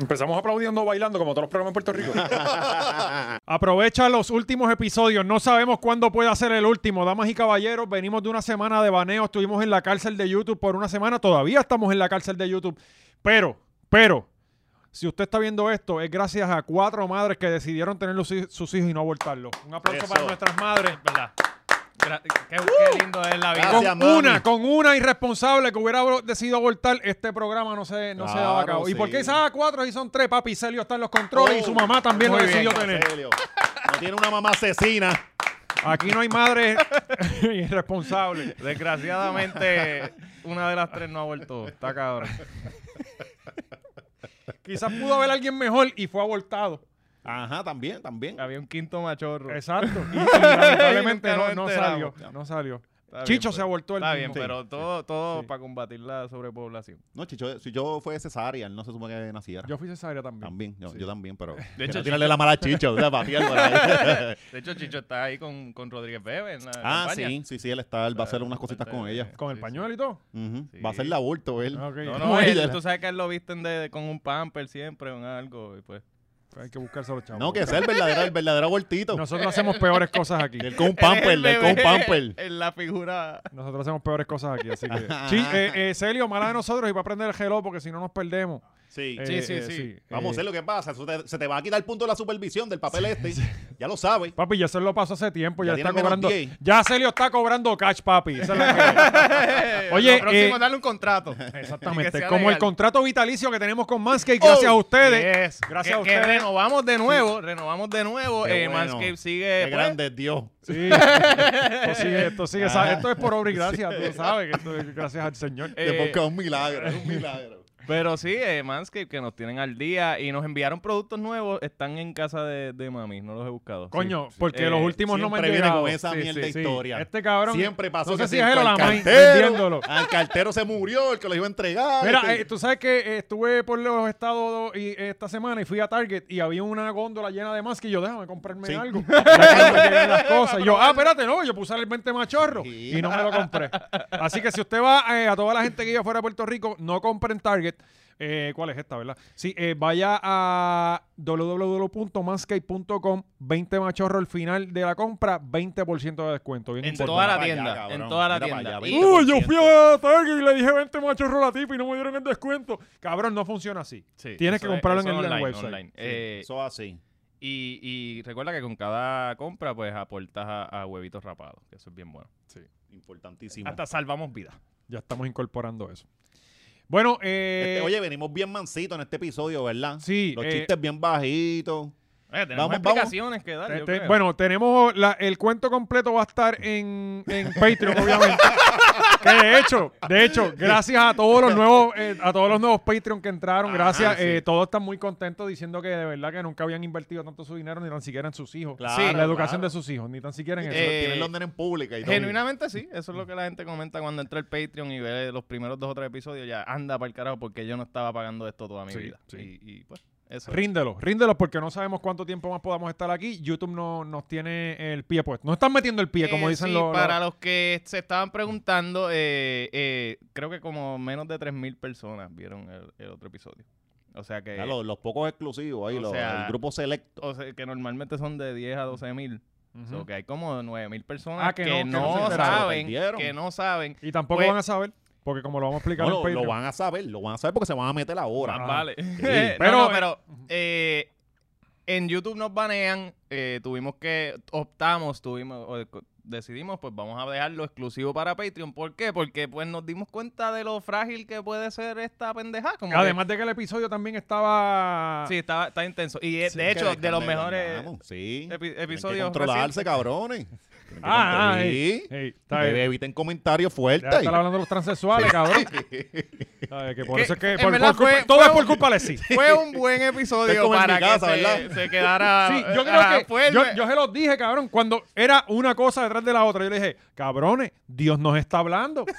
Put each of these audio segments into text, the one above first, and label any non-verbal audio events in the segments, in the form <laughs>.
Empezamos aplaudiendo, bailando, como todos los programas en Puerto Rico. Aprovecha los últimos episodios. No sabemos cuándo pueda ser el último. Damas y caballeros, venimos de una semana de baneo. Estuvimos en la cárcel de YouTube por una semana. Todavía estamos en la cárcel de YouTube. Pero, pero, si usted está viendo esto, es gracias a cuatro madres que decidieron tener los hij- sus hijos y no abortarlos. Un aplauso Eso. para nuestras madres. ¿Verdad? Gra- Qué, qué lindo es la vida. Con Gracias, mami. una, con una irresponsable que hubiera abro- decidido abortar, este programa no se, no se Claro, daba a cabo. ¿Y sí. por qué esas cuatro y son tres? Papi Celio está en los controles Oh, y su mamá también lo Muy decidió bien, tener. <laughs> Rogelio. No tiene una mamá asesina. Aquí no hay madre <laughs> irresponsable. Desgraciadamente, una de las tres no abortó. Está cabrón. Quizás pudo haber alguien mejor y fue abortado. Ajá, también, también. Había un quinto machorro. Exacto. <laughs> Y, y lamentablemente Y nunca no, nos no enteramos. salió. No salió. Está bien, Chicho pues. se abortó el Está bien, mismo. pero todo, todo Sí. para combatir la <laughs> sobrepoblación. No, Chicho, si yo fue cesárea, él no se supone que naciera. Yo fui cesárea también. también, yo, yo también, pero. De hecho, hecho, tirarle la mala a Chicho, o sea, para ti, <laughs> Álvaro. De hecho, Chicho está ahí con, con Rodríguez Bebe en la Ah, campaña. sí, sí, sí, él está, él va a hacer unas cositas con ella. Con el Sí, sí. pañuelo y todo. Ujú. Sí. Va a hacer el aborto él. Ah, Ok. <laughs> No, eh. Como no, él- ella. tú sabes que él lo visten de, con un pamper siempre, un algo, y pues... Hay que buscarse a los chavos. No, que sea el verdadero, el verdadero abortito. Nosotros hacemos peores cosas <laughs> aquí. Él con un Él pamper, es el él con un bebé pamper. <laughs> En la figura... Nosotros hacemos peores cosas aquí, así <laughs> que... Sí, eh, eh, Celio, mala de nosotros y va a prender el gelo porque si no nos perdemos. Sí. Eh, Sí, sí, eh, sí. Vamos a Eh, hacer lo que pasa. eso te- se te va a quitar el punto de la supervisión del papel este. Ya lo sabes. Papi, ya se lo pasó hace tiempo, ya, Ya está tiene menos cobrando... 10. Ya Celio está cobrando cash, papi. esa es <laughs> la Oye, Lo próximo, eh, darle <laughs> un contrato. que- Y que Exactamente. sea Como el legal. Oh, contrato vitalicio que tenemos con Manscaped, gracias a ustedes. Yes. Gracias a Que- que ustedes. renovamos de nuevo, renovamos de nuevo. Qué eh, bueno. Manscaped sigue... Qué pues, grande es Dios. Sí, esto sigue, esto sigue, Ajá. ¿sabes? Esto es por obra y gracia, tú sabes que esto es gracias al Señor. eh, Te busca un milagro, es un milagro. Pero sí, eh, Manscaped, que nos tienen al día y nos enviaron productos nuevos. Están en casa de, de mami, no los he buscado. Coño, Sí, sí. porque Eh, los últimos no me han Siempre viene llegado. con esa Sí, mierda sí, de Sí, historia. Este cabrón. Siempre pasó No sé que si es él o al la main cartero, vendiéndolo. al cartero se murió, el que lo iba a entregar. Mira, este- eh, tú sabes que eh, estuve por los estados y, eh, esta semana y fui a Target y había una góndola llena de más que yo, déjame comprarme Sí. algo. Ya que me <laughs> llegan las cosas. Y yo, ah, espérate, no, yo puse el 20 machorro Sí. y no me lo compré. Así que si usted va eh, a toda la gente que vive fuera de Puerto Rico, no compre en Target. Eh, ¿Cuál es esta, verdad? Sí, eh, vaya a www.manscape.com, 20 machorro al final de la compra, 20% de descuento. Bien En importante. toda la Para allá, tienda, cabrón. en toda la Mira para tienda. allá, Y- veinte Uy, yo fui 20%. a Target y le dije 20 machorro la tipa y no me dieron el descuento. Cabrón, no funciona así. sí, Tienes eso que es- comprarlo eso en el online, website. online. Eh, Eso así. y, y recuerda que con cada compra, pues aportas a, a huevitos rapados, que eso es bien bueno. Importantísimo. Hasta salvamos vidas. Ya estamos incorporando eso. Bueno, eh, Este, oye, venimos bien mansitos en este episodio, ¿verdad? Sí, Los eh, chistes bien bajitos. Eh, tenemos Vamos, vamos. explicaciones que dar. te- yo te- creo. bueno, tenemos la- el cuento completo va a estar en, en Patreon, <laughs> obviamente. que de hecho, de hecho, gracias a todos los nuevos, eh, a todos los nuevos Patreon que entraron, Ajá, gracias. Ah, sí. eh, todos están muy contentos diciendo que de verdad que nunca habían invertido tanto su dinero ni tan siquiera en sus hijos, Claro, en la educación claro. de sus hijos, ni tan siquiera en eso. Eh, Tienen los nenes en pública y todo. Genuinamente sí, eso es lo que la gente comenta cuando entra el Patreon y ve los primeros dos o tres episodios, ya anda para el carajo porque yo no estaba pagando esto toda mi Sí, vida. sí. Y, y, pues, eso. es. Ríndelo, ríndelo porque no sabemos cuánto tiempo más podamos estar aquí. YouTube no, nos tiene el pie puesto. Nos están metiendo el pie, como Eh, dicen sí, los... los- Para los que se estaban preguntando, eh, eh, creo que como menos de 3.000 personas vieron el, el otro episodio. O sea que, Ya, los, los pocos exclusivos ahí, O los, sea, el grupo selecto. o sea, que normalmente son de 10 a 12.000. Ujú. So que hay como 9.000 personas Ah, que que, no- que no no, se enteraron. saben, Se perdieron. que no saben. Y tampoco Pues- van a saber, porque como lo vamos a explicar No, en lo, lo Patreon. van a saber, lo van a saber porque se van a meter ahora. Ah, Más vale. <laughs> Pero- pero, pero eh, en YouTube nos banean. eh, tuvimos que, optamos, tuvimos, o co- decidimos, pues vamos a dejarlo exclusivo para Patreon. ¿Por qué? Porque pues nos dimos cuenta de lo frágil que puede ser esta pendeja. Como que- Además ah. de que el episodio también estaba... sí, está, está intenso. Y eh, Sí, de hecho, que de los descansen, mejores. vamos, Sí. epi- Tienen que episodios controlarse, recientes. eh. cabrones. Tienen que Ah, ah, controlar- ey, Sí. ey, está Que bien. Eviten comentarios Ya fuertes. están hablando de los transexuales, cabrón. Sabe que por Que, eso es que... en por- por verdad, culpa- fue- todo fue es por un- culpa de sí. Fue un buen Esto <laughs> es episodio como en para mi casa, que se, ¿verdad? se quedara. Ah, Sí, eh, yo creo ajá, que pues, fue el yo, me- yo se los dije, cabrón, cuando era una cosa detrás de la otra, yo le dije, cabrones, Dios nos está hablando. <laughs>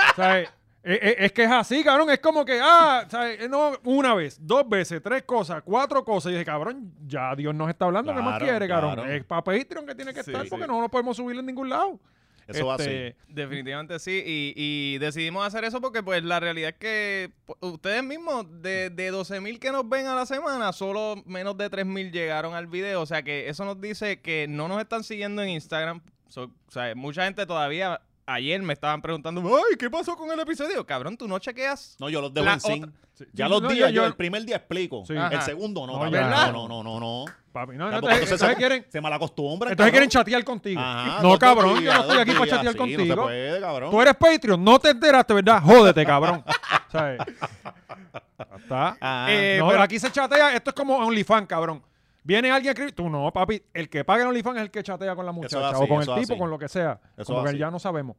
O sea, eh, eh, es que es así, cabrón, es como que, ah, o sea, eh, no, una vez, dos veces, tres cosas, cuatro cosas, y dije, cabrón, ya Dios nos está hablando, ¿qué más Claro, quiere, cabrón? claro. Es para Patreon que tiene que Sí, estar sí. porque no lo podemos subir en ningún lado. Eso va así. Este, Definitivamente sí, y, y decidimos hacer eso porque pues la realidad es que pu- ustedes mismos, de, de 12 mil que nos ven a la semana, solo menos de 3 mil llegaron al video, o sea que eso nos dice que no nos están siguiendo en Instagram, So- o sea, mucha gente todavía, ayer me estaban preguntando, ay, ¿qué pasó con el episodio? Cabrón, tú no chequeas. No, yo los dejo La en zinc. sí. Ya los No, días, yo, yo- el primer día explico. Sí. El Ajá. segundo no, No, cabrón. ¿verdad? No, no, no, no. Papi, no, Ya, no, porque te- entonces entonces <laughs> se- quieren, Se malacostumbran. entonces quieren cabrón. chatear contigo. Ajá, no, dos cabrón, días, yo no estoy dos aquí para días, chatear sí, contigo. No se puede, cabrón. Tú eres Patreon, no te enteraste, ¿verdad? Jódete, <laughs> cabrón. O sea, ya está. Ah, Eh, no, pero- aquí se chatea, esto es como OnlyFans, cabrón. Viene alguien a escribir, tú no, papi, el que paga en OnlyFans es el que chatea con la muchacha así, o con el eso tipo, así. con lo que sea. Eso Como que así. ya no sabemos.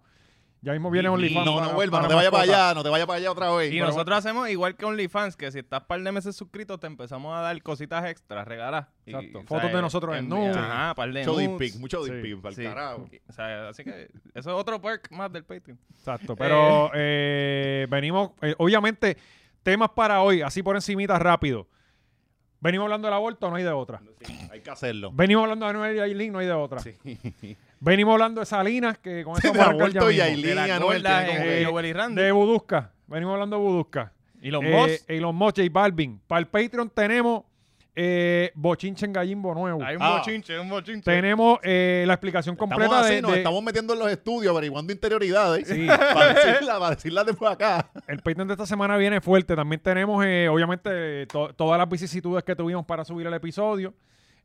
Ya mismo viene OnlyFans. no, no para- vuelva, no te para vayas para mascotas. allá, no te vayas para allá otra vez. Y nosotros hacemos igual que OnlyFans, que si estás par de meses suscrito, te empezamos a dar cositas extras, regalas. Y, Exacto, o sea, fotos de nosotros en envi- nudes. Ajá, par de Mucho dick nudes. pic, mucho Sí, dick pic, pa'l Sí. carajo. O sea, así que eso es otro perk más del Patreon. <laughs> Exacto, pero eh, venimos, eh, obviamente, temas para hoy, así por encimita rápido. Venimos hablando del aborto, no hay de otra. Sí, hay que hacerlo. Venimos hablando de Anuel y Aileen, no hay de otra. <laughs> Venimos hablando de Salinas, que con eso De aborto y Aileen. De Línea, las ¿no? Él gordas tiene en como que- Joel y Randy. De Budusca. Venimos hablando de Budusca. y los Eh, boss. Elon Musk, J Balvin. Para el Patreon tenemos eh, Bochinche en Gallimbo Nuevo. Hay un Ah. bochinche, un bochinche. Tenemos eh, la explicación Estamos completa así, de, nos de- estamos metiendo en los estudios, averiguando interioridades. Sí. <laughs> Para decirla, para decirla de por acá. El Patreon de esta semana viene fuerte. También tenemos, eh, obviamente, eh, to- todas las vicisitudes que tuvimos para subir el episodio.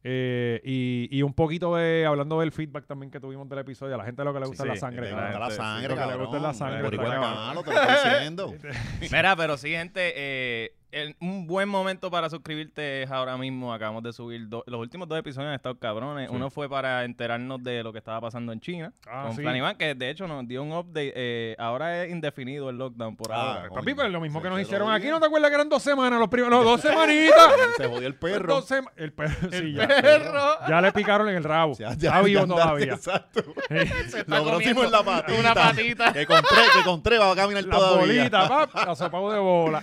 Eh, y, y un poquito de hablando del feedback también que tuvimos del episodio. A la gente lo que le gusta sí. es la sangre. Te claro, gusta la sí, sangre, lo que le cabrón. gusta es la sangre, Por igual está que cabrón. malo, te lo estoy <laughs> diciendo. Mira, pero sí, gente, eh, el- un buen momento para suscribirte es ahora mismo. Acabamos de subir do- los últimos dos episodios han estado cabrones. Uno fue para enterarnos de lo que estaba pasando en China Ah, con sí. Flan Iván, que de hecho nos dio un update. eh, ahora es indefinido el lockdown por Ah, ahora. coño. Papi, pero lo mismo que Se nos lo hicieron digo. aquí, ¿no te acuerdas que eran dos semanas? Los primeros, <laughs> dos semanitas. Se jodió el perro. Dos sema- el perro, sí, ya. <laughs> Perro. Ya le picaron en el rabo. Ya, ya, Está vivo ya andaste, todavía. Exacto. está Lo próximo comiendo es la patita. una patita. Que con tres, que con tres va a caminar La todavía. bolita, pap, azopado de bola.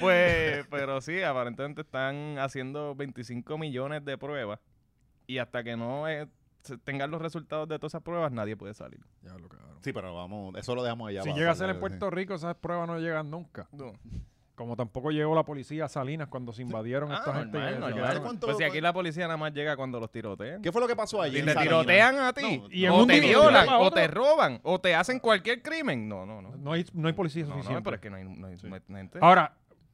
Pues, pero sí, aparentemente están haciendo 25 millones de pruebas y hasta que no eh, se- tengan los resultados de todas esas pruebas, nadie puede salir. Sí, pero vamos, eso lo dejamos allá. Si para- llega a ser para- en Puerto Rico, esas pruebas no llegan nunca. No. Como tampoco llegó la policía a Salinas cuando se invadieron Ah, esta gente. normal, que se normal. quedaron- ¿Cuánto- Pues si aquí la policía nada más llega cuando los tirotean. ¿Qué fue lo que pasó Si ayer? te Salinas? tirotean a ti, No, y en o un te día violan, tirotean a o otro. te roban, o te hacen cualquier crimen. No, no, no. No, No hay, no hay policía no, suficiente. Ah, pero es que no hay, no hay- no hay gente. Ahora,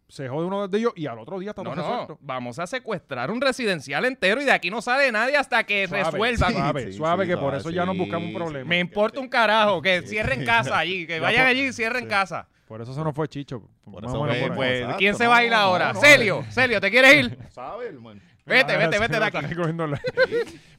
se jode uno de ellos y al otro día está No, todo no, resuelto. vamos a secuestrar un residencial entero y de aquí no sale nadie hasta que Suave, resuelvan. Suave, Sí, suave, sí, que por suave, eso ya nos sí, buscamos un sí. problema. Me importa un carajo, que cierren casa allí, que Ya vayan por- allí y cierren casa. Por eso se nos fue Chicho. Más eso o menos ve, por ahí. pues, Eh, Exacto, ¿Quién se no, va a ir no, ahora? no, Celio, Celio, ¿te quieres ir? ¿Sabes, hermano? Vete, Ahora vete, sí vete nos de está aquí. recogiendo la-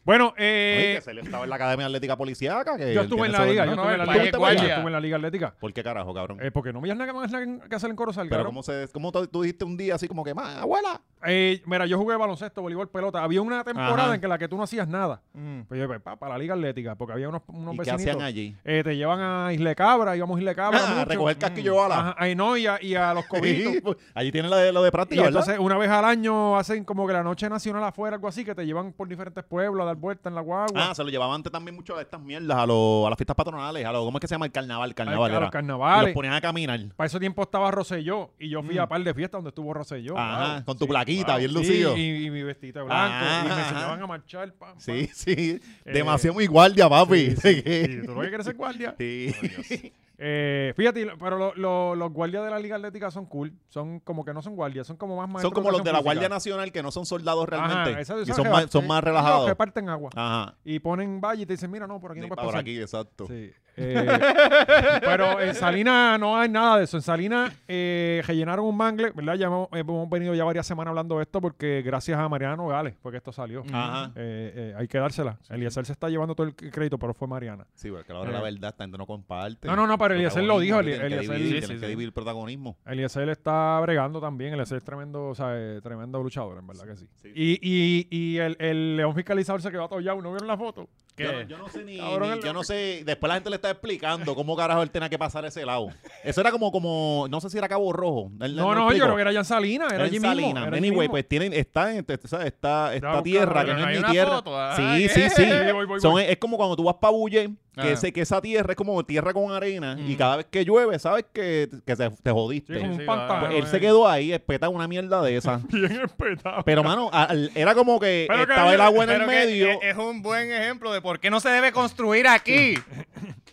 bueno, Oye, eh, que se le estaba en la Academia Atlética Policiaca. Que yo estuve en la tiene eso- liga. no, Yo no, estuve en la el liga. Valle yo Guardia. estuve en la liga atlética. ¿Por qué carajo, cabrón? Eh, porque no me nada más nada que hacer en Corozal, pero cabrón. ¿cómo, se, cómo tú tú dijiste un día así como que, más, abuela? Eh, mira, yo jugué baloncesto, voleibol, pelota. Había una temporada en que la que tú no hacías nada. Mm. Pues yo, pues, pa, para la liga atlética, porque había unos, unos ¿Y qué vecinitos. hacían allí? Eh, te llevan a Isle Cabra, íbamos a Isle Cabra. Ah, mucho. a recoger casquillo Mm. de bala. Ajá, ay, no, y a, y a los cobitos. <laughs> Sí, pues, allí tienen la de, lo de y práctica, ¿verdad? entonces, una vez al año hacen como que la noche nacional afuera, algo así, que te llevan por diferentes pueblos a dar vueltas en la guagua. Ah, se lo llevaban antes también mucho a estas mierdas, a, los a las fiestas patronales, a los, ¿cómo es que se llama? El carnaval, carnaval. a los era. Y los carnavales. ponían a caminar. Para ese tiempo estaba Roselló y yo fui a par de fiestas donde estuvo Roselló. Ajá, Wow. con tu Sí. plaquita, bien Sí, lucido. Sí, y, y mi vestido de blanco. y Ajá. me enseñaban a marchar. pam, pam. sí. Demasiado muy guardia, papi. Eh, Sí, sí, <laughs> sí, ¿Tú no que quieres ser guardia? Sí. <laughs> Eh, fíjate, y lo- pero lo- lo- los guardias de la Liga Atlética son cool. Son como que no son guardias, son como más maestros. Son como los de la Guardia Nacional Nacional que no son soldados realmente. esos y son son, jeva- más, son más eh, Los relajados. que parten agua. Ajá. Y ponen valle y te dicen, mira, no, por aquí no Sí, puedes Por pasar. aquí, exacto. Sí. Eh, <laughs> pero en Salinas no hay nada de eso. En Salinas eh, rellenaron un mangle, ¿verdad? Ya hemos, hemos venido ya varias semanas hablando de esto porque gracias a Mariano Gales porque esto salió. Ajá. Eh, eh, hay que dársela. Eliezer se está llevando todo el crédito, pero fue Mariana. Sí, porque ahora la Eh. verdad esta gente no comparte. No, no, no, pero Eliezer lo dijo, Tienen que Eliezer- dividir, Sí, tienen sí, que sí. dividir protagonismo. Eliezer está bregando también. Eliezer es tremendo, o sea, eh, tremendo luchador, en verdad que sí. Sí. Y, y, y el, el león fiscalizador se quedó atollado. ¿No vieron la foto? Yo, no- yo no sé ni, Cabrón, ni- el- yo no sé, después la gente le está explicando cómo carajo él tenía que pasar ese lado. Eso era como, como, no sé si era Cabo Rojo. Él- No, no, él yo explicó. creo que era Jan Salinas, era Era en allí Salinas. mismo. era allí Anyway, mismo. pues tienen, está en este- ¿sabes? esta, esta buscando, tierra que pero no no hay es mi una tierra. foto, ajá, sí, ¿qué? sí, sí. Sí, ah, eh, voy, voy, Son- voy. es como cuando tú vas para Bulle Ah. Que, ese, que esa tierra es como tierra con arena y cada vez que llueve sabes que, que se- te jodiste. Mm. Sí, como sí, un pantano. Pues él eh. se quedó ahí, espeta una mierda <laughs> de esa. Bien espetado. Pero, mano, a- al- era como que Pero que eh, estaba el había- agua en el Pero que medio. es- Es un buen ejemplo de por qué no se debe construir aquí.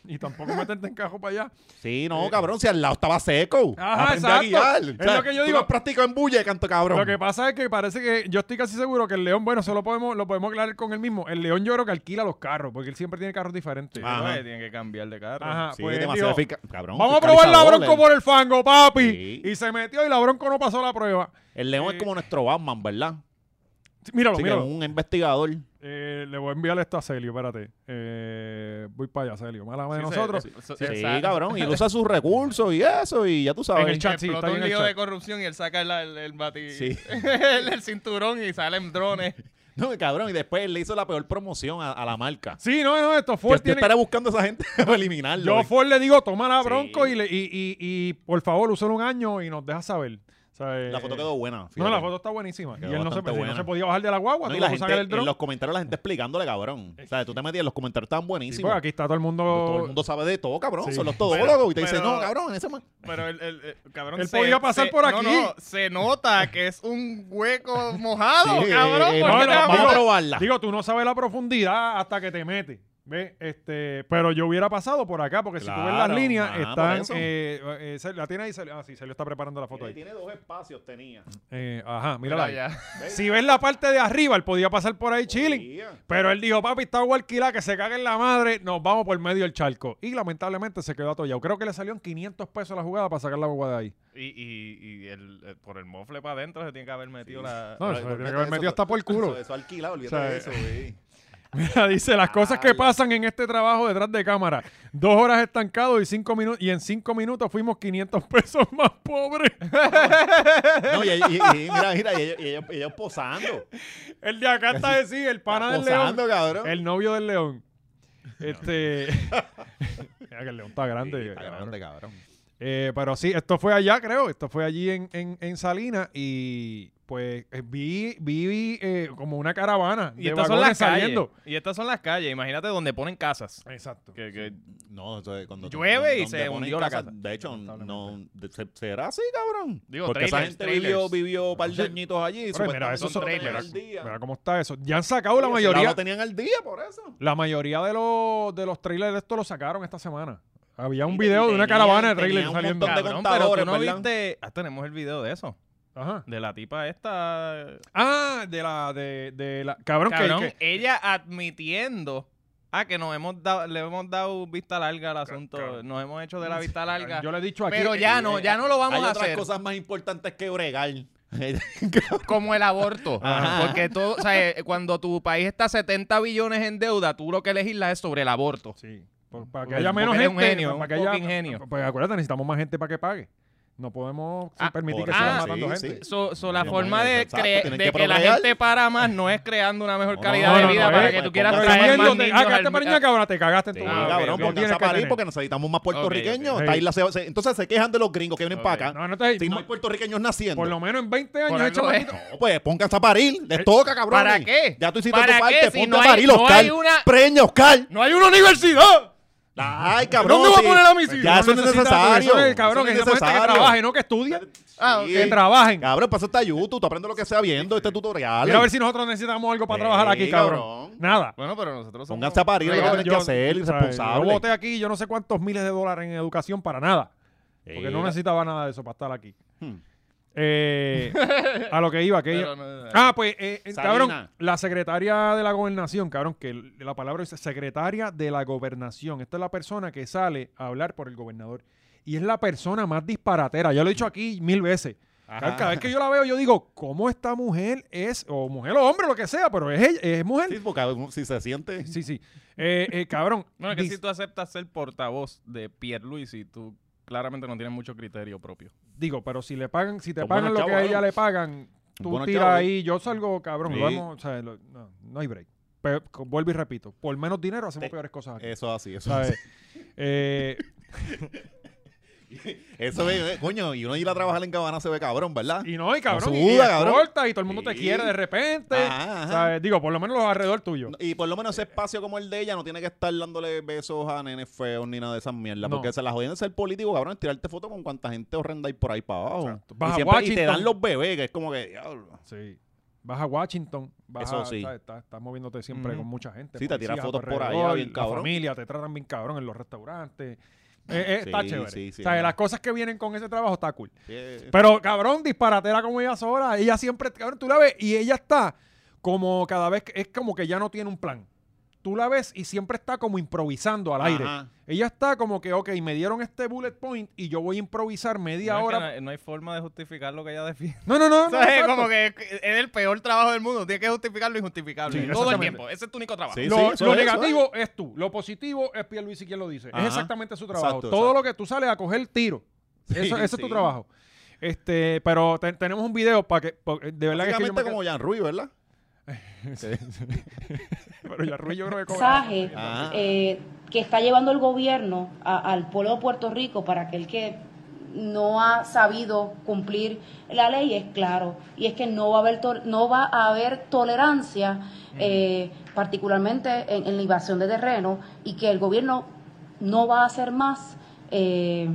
Y tampoco meterte en cajo para allá. Sí, no, cabrón, si al lado estaba seco. Eh, Ajá, Aprende exacto. a guiar. Es O sea, lo que yo tú digo. has practicado en bulle, canto cabrón. Lo que pasa es que parece que yo estoy casi seguro que el león, bueno, solo podemos, lo podemos aclarar con él mismo. El león yo creo que alquila los carros, porque él siempre tiene carros diferentes. Ajá. Oye, Tienen que cambiar de carro. Ajá, sí, pues él demasiado dijo, fisca- cabrón, Vamos a probar la fiscalizador, bronco el- por el fango, papi. Sí. Y se metió y la bronco no pasó la prueba. El león Eh, es como nuestro Batman, ¿verdad? Míralo, Así que es míralo. un investigador. Eh, le voy a enviar esto a Celio, espérate. Eh, voy para allá, Celio. Mala madre de Sí, se- nosotros. se- se- Sí, se- cabrón. Y él usa sus recursos y eso, y ya tú sabes. En el chat, sí, Explotó está ahí en un el lío chat. de corrupción y él saca la- el, el bati- Sí. <laughs> <laughs> el, el cinturón y salen drones. No, cabrón. Y después él le hizo la peor promoción a, a la marca. Sí, no, no, esto Que Ford usted tiene... estará buscando a esa gente <laughs> para eliminarlo. Yo a güey. Ford le digo, toma la bronco Sí. y, le- y, y, y por favor, úsalo un año y nos deja saber. O sea, eh, la foto quedó buena. No, fíjate. la foto está buenísima. Quedó y él no se, bastante si no buena. se podía bajar de la guagua, No, tú y vas la a sacar gente, el en dron. los comentarios la gente explicándole, cabrón. O sea, tú te metías, los comentarios estaban Sí, buenísimos. pues, aquí está todo el mundo. Todo el mundo sabe de todo, cabrón. Sí. Son los todólogos. y te Pero- dicen, no, cabrón, ese man. Pero el, el- el- cabrón. Él podía pasar por no, aquí. no, se nota que es un <laughs> hueco mojado, Sí, cabrón. eh, ¿por qué no, te vas a no, vamos a digo- <laughs> probarla. Digo, tú no sabes la profundidad hasta que te metes. ¿Ves? Este, pero yo hubiera pasado por acá, porque si tú ves las Claro, líneas, ajá, por están. eso. eh, eh, Celio- la tiene ahí, Celio- ah, sí, Celio está preparando la foto ahí. Tiene dos espacios, tenía. Eh, ajá, mírala Mira ahí. ya. Si ves la parte de arriba, él podía pasar por ahí chilling. Podía. Pero él dijo, papi, está guarquila, que se cague en la madre, nos vamos por medio del charco. Y lamentablemente se quedó atollado. Creo que le salieron 500 pesos la jugada para sacar la guagua de ahí. <laughs> Y, y, y el, eh, por el mofle para adentro se tiene que haber metido la. No, Ay, se le tiene olvídate que haber de metido eso. hasta por el culo. Eso, eso alquilado, olvídate O sea, de <laughs> eso, güey. Mira, dice las cosas que Ala. pasan en este trabajo detrás de cámara. Dos horas estancado y cinco minutos y en cinco minutos fuimos 500 <laughs> pesos más pobres. No, y, y- y- y mira, mira, y ellos, y ellos- y ellos posando. El de acá está de sí, el pana del león, posando, cabrón. el novio del león. <laughs> Este, <laughs> mira que el león está grande. Sí, está cabrón. grande, cabrón. Eh, pero sí, esto fue allá, creo. Esto fue allí en, en, en Salinas y pues eh, vi, vi, vi, eh, como una caravana Y de estas son vagones las calles. saliendo. Y estas son las calles. Imagínate donde ponen casas. Exacto. Que- que- No, eso es cuando Llueve y donde se ponen hundió la casas. casa. De hecho, no, de- se- será así, cabrón. Digo, Porque esa trailers, gente trailers. vivió, vivió un par de añitos allí. Pero mira, supuestamente eso no son- lo tenían mira, al día. Mira cómo está eso. Ya han sacado la Sí, ese mayoría. lado tenían al día por eso. La mayoría de los, de los trailers de esto lo sacaron esta semana. Había un Y- video y de una tenían- caravana de tenían trailers un saliendo. montón de Cabrón, pero tú contadores, no ¿verdad? viste. Ah, tenemos el video de eso. Ajá. De la tipa esta. Ah, de la, de, de la. Cabrón, que- Cabrón, que, ella admitiendo ah, que nos hemos dado, le hemos dado vista larga al asunto, cabrón. nos hemos hecho de la vista larga. yo le he dicho aquí. eh, Pero ya no, ya no lo vamos Hay a otras hacer. cosas más importantes que bregar. <laughs> Como el aborto. Ajá. Porque todo, o sea, eh, cuando tu país está 70 billones en deuda, tú lo que legislas es sobre el aborto. Sí. por- para que Porque- haya porque menos eres gente. un genio, para un que haya- fucking genio. Pues acuérdate, necesitamos más gente para que pague. No podemos Ah, permitir por que eso, sigan ah, matando sí, gente. So, so la No, forma de, exacto, cre- tienen de que que, la procrear. gente para más no es creando una mejor No, calidad no, de no, vida no, para eh, que tú quieras para traer más Prohibiéndote- niños Ah, quedaste al- para niña, cabrón, te cagaste en Sí, tu madre. cabrón, Lo Ah, tienes pónganse a que parir tener. porque necesitamos más Ok, puertorriqueños. ok. Esta isla se, se- entonces se quejan de los gringos que vienen Ok. para acá. No, no te- si no hay puertorriqueños naciendo. Por lo Eh, menos en 20 años Por he algo hecho es. No, pues pónganse a parir. Les toca, cabrón. ¿Para qué? Ya tú hiciste ¿Para tu parte. qué? Si Ponte no a hay- parir, no Oscar. hay una- Preña, Oscar. ¡No hay una universidad! Ay, cabrón. ¿Dónde va a sí. poner a mis hijos? Ya eso no es Necesita- necesario. eso es, cabrón, Eso que necesitamos gente que trabaje, no que estudie. Ah, ok. Que trabajen. Cabrón, pasa hasta YouTube. Tú aprendes lo que sea viendo este tutorial. Mira a ver si nosotros necesitamos algo para Sí, trabajar aquí, cabrón. cabrón. Nada. Bueno, pero nosotros somos... Pónganse a parir. Lo que Yo- tienen que hacer, o sea, irresponsable. Yo voté aquí yo no sé cuántos miles de dólares en educación para nada. Porque no necesitaba nada de eso para estar aquí. Hmm. Eh, <laughs> a lo que iba, que yo- Pero no- Ah, pues, eh, eh, Salina. cabrón, la secretaria de la gobernación, cabrón, que l- la palabra es secretaria de la gobernación. Esta es la persona que sale a hablar por el gobernador. Y es la persona más disparatera. Yo lo he dicho aquí mil veces. Cabrón, cada vez que yo la veo, yo digo, ¿cómo esta mujer es, o mujer o hombre, lo que sea, pero es, ella- es Sí, mujer? porque uno- si se siente. Sí, sí. Eh, eh, cabrón, No, es que dis- si tú aceptas ser portavoz de Pierluisi, tú claramente no tienes mucho criterio propio. digo, pero si le pagan, si te Son pagan buenos lo que a chavos, ella ¿no? le pagan, Son tú buenos tiras chavos. ahí, yo salgo, cabrón, Sí. lo hemos- o sea, lo- no, no hay break. Pero, co- vuelvo y repito, por menos dinero hacemos Te- eh, <laughs> peores cosas aquí. Eso así, eso así. ¿sabes? Eh, Eso ve, eh, coño, y uno ir a trabajar en Cabana se ve cabrón, ¿verdad? Y no, y cabrón, y suda, cabrón. corta y todo el mundo te Sí. quiere de repente. Ajá, ajá. ¿sabes? Digo, por lo menos los alrededor tuyo. Y por lo menos ese espacio como el de ella no tiene que estar dándole besos a nenes feos ni nada de esas mierdas. No. Porque se las jodían de ser político, cabrón, es tirarte fotos con cuánta gente horrenda hay por ahí para abajo. Exacto. Vas Y, a siempre, y te Washington. dan los bebés, que es como que, diablo. Sí. Vas a Washington, vas Eso a- sí. ¿sabes? Estás, estás moviéndote siempre Ujú. con mucha gente. Sí, te tiras policías a tu fotos por allá, alrededor, bien La cabrón. familia te tratan bien cabrón en los restaurantes. Eh, eh, está Sí, chévere. sí, O sí, sea, ajá. las cosas que vienen con ese trabajo está cool. Eh, Pero cabrón, disparatera como ella sola. Ella siempre, cabrón, tú la ves y ella está como cada vez, que- es como que ya no tiene un plan. Tú la ves y siempre está como improvisando al aire. Ajá. Ella está como que, ok, me dieron este bullet point y yo voy a improvisar media No es que hora. no, no hay forma de justificar lo que ella defiende. No, no, <laughs> no. O no, sea, es exacto. como que es es el peor trabajo del mundo. Tienes que justificar lo injustificable. Sí, todo el exactamente. tiempo. Ese es tu único trabajo. Sí, lo sí, eso lo es, eso negativo es. tú. Lo positivo es Pierluisi quien lo dice. Ajá. Es exactamente su trabajo. Exacto, Todo exacto. lo que tú sales a coger tiro. Sí, eso ese es tu sí. trabajo. Este, pero te- tenemos un video para que, pa- de verdad que es que yo Básicamente me como Jan Rui, ¿verdad? quedo- <laughs> pero ya Ruiz yo creo que cobra. mensaje Ah. eh, que está llevando el gobierno a- al pueblo de Puerto Rico para aquel que no ha sabido cumplir la ley es claro y es que no va a haber to- no va a haber tolerancia Mm. eh, particularmente en, en la invasión de terreno y que el gobierno no va a hacer más eh,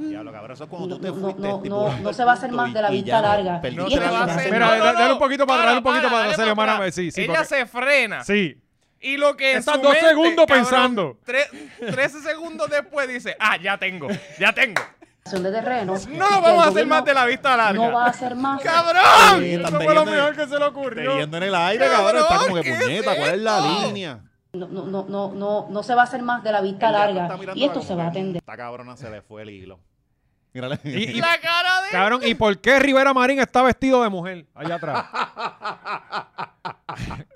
Diablo, cabrón, eso es cuando tú Mm. No, te no, fuiste. no, tipo, no, al no se va a hacer punto más y- de la y vista ya no larga. perdiste No No Y se es le va a que- hacer. Mira, No, dale- no, dale no. un poquito para atrás, un poquito para atrás, dale Leo Mara, atrás. sí, sí, Ella porque- se frena. Sí. Y lo que en Están su dos mente, segundos cabrón, pensando. tre- Trece segundos después dice, ah, ya tengo, ya tengo. invasión de terreno y No que lo el vamos a hacer gobierno más de la vista larga. no va a hacer más <laughs> ¡Cabrón! Sí, Eso están fue lo teniendo- mejor que se le ocurrió. Teniendo en el aire, cabrón, está como que ¿qué es puñeta, ¿cuál es la esto? línea? no, no, no, no, no, no se va a hacer más de la vista El gato larga está mirando y esto como se va a que, atender. Esta cabrona se le fue el hilo. Mírale. <laughs> Y- La cara de... Cabrón, ¿y por qué Rivera Marín está vestido de mujer allá atrás?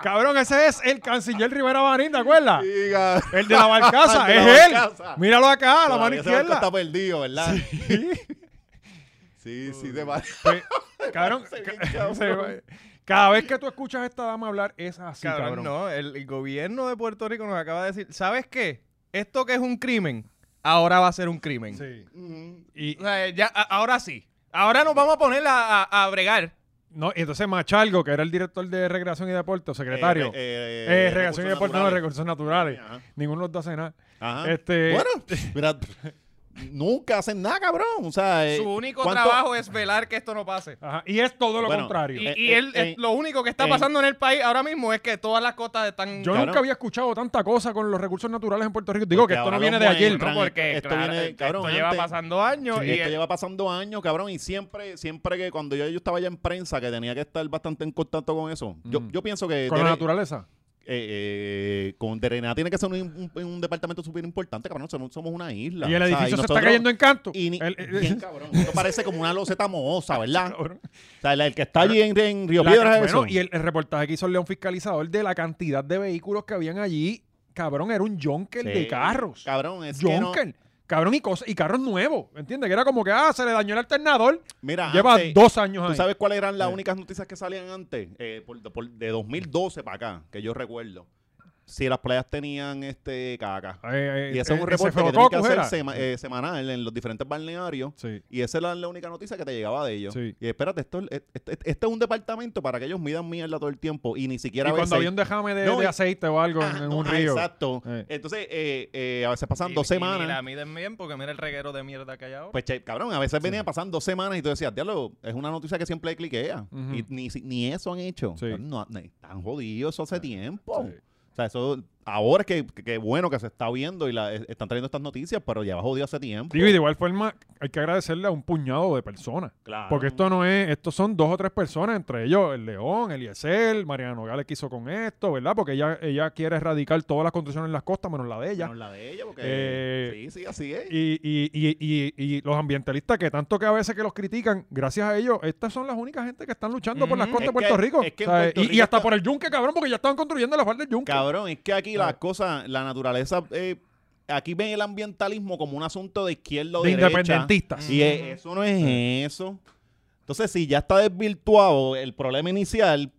Cabrón, ese es el canciller Rivera Marín, ¿te acuerdas? Sí, cabrón. El de la barcaza, El de es la él. barcaza. Míralo acá, a la mano Todavía ese barco izquierda. está perdido, ¿verdad? <laughs> Sí, sí, de va. Pues, cabrón, ca- <laughs> se ve- cada vez que tú escuchas a esta dama hablar es así, Cabrón, cabrón. no, el, el gobierno de Puerto Rico nos acaba de decir, ¿sabes qué? Esto que es un crimen, ahora va a ser un crimen. Sí. O sea, eh, ya, a- ahora sí. Ahora nos vamos a poner a, a- a bregar. No, y entonces Machalgo, que era el director de Recreación y Deporte, o secretario. Eh, Recreación y Deporte, no, de Recursos Naturales. Ajá. Ninguno los hace nada. Ajá. Este- <laughs> Bueno, mira, nunca hacen nada, cabrón. O sea, eh, Su único ¿cuánto- trabajo es velar que esto no pase. Ajá, Y es todo lo Bueno, contrario. Y, Eh, y eh, él, eh, es- lo único que está eh. pasando en el país ahora mismo es que todas las costas están... Yo Cabrón. nunca había escuchado tanta cosa con los recursos naturales en Puerto Rico. Digo Porque que esto no ahora viene los de ayer. muestran, No, porque esto claro, viene, esto cabrón, lleva antes. pasando años Sí, y esto el- lleva pasando años, cabrón, y siempre, siempre que cuando yo, yo estaba ya en prensa, que tenía que estar bastante en contacto con eso, yo, Mm. yo pienso que Con la Dere- naturaleza. eh, eh, con Derenada tiene que ser un, un- un departamento súper importante, cabrón, somos, somos una isla. Y el o sea, edificio se nosotros- está cayendo en canto. y ni- El- el- <laughs> bien, cabrón, esto parece como una loseta mohosa, ¿verdad? Cabrón. O sea, el, el que está allí en, en Río La- Piedras es bueno, eso. y el, el reportaje que hizo el León Fiscalizador de la cantidad de vehículos que habían allí, cabrón, era un jonker Sí, de carros. Cabrón, es que no- Jonker. Cabrón, y, cosas, y carros nuevos. ¿Entiendes? Que era como que, ah, se le dañó el alternador. Mira, Lleva antes- dos años ahí. ¿Tú sabes cuáles eran las Sí. únicas noticias que salían antes? Eh, por- por- de 2012 para acá, que yo recuerdo. Si las playas tenían este caca. Eh, eh, Y ese es eh, un reporte que tienen que Feococus hacer era. sema- eh, semanal en los diferentes balnearios. Sí. Y esa era la única noticia que te llegaba de ellos. Sí. Y espérate, esto, es- este, este es un departamento para que ellos midan mierda todo el tiempo y ni siquiera Y a veces- cuando había un dejame de, No, de y- aceite o algo en- Ah, en no, un ah, río. Exacto. Eh. Entonces, eh, eh, a veces pasan y- dos y ni semanas. la miden bien porque mira el reguero de mierda que hay ahora. Pues, che, cabrón, a veces venía pasando dos semanas y tú decías, diablo, es una noticia que siempre cliquea. Ujú. Y ni, si- ni eso han hecho. Sí. Eh, Cabrón, No, no, están jodidos eso hace tiempo. Sí. O sea, eso ahora es que, que- que bueno que se está viendo y la- es- están trayendo estas noticias, pero ya jodido hace tiempo. Digo, y de igual forma, hay que agradecerle a un puñado de personas. Claro. Porque esto no es, estos son dos o tres personas, entre ellos el León, el Eliezer, Mariana Nogales que hizo con esto, ¿verdad? Porque ella, ella quiere erradicar todas las construcciones en las costas, menos la de ella. No es la de ella, porque Eh, sí, sí, así es. Y, y, y, y, y los ambientalistas que tanto que a veces que los critican, gracias a ellos, estas son las únicas gente que están luchando por las Ujú. costas Es de Puerto que- Rico. es que en O sea, Puerto y- y, Rico hasta está- por el yunque, cabrón, porque ya estaban construyendo la falda del yunque. Cabrón, es que Claro. aquí las cosas, la naturaleza, eh, aquí ven el ambientalismo como un asunto de izquierda o de derecha. independentistas. Mm. Y e- eso no es eso. Entonces, si ya está desvirtuado el problema inicial,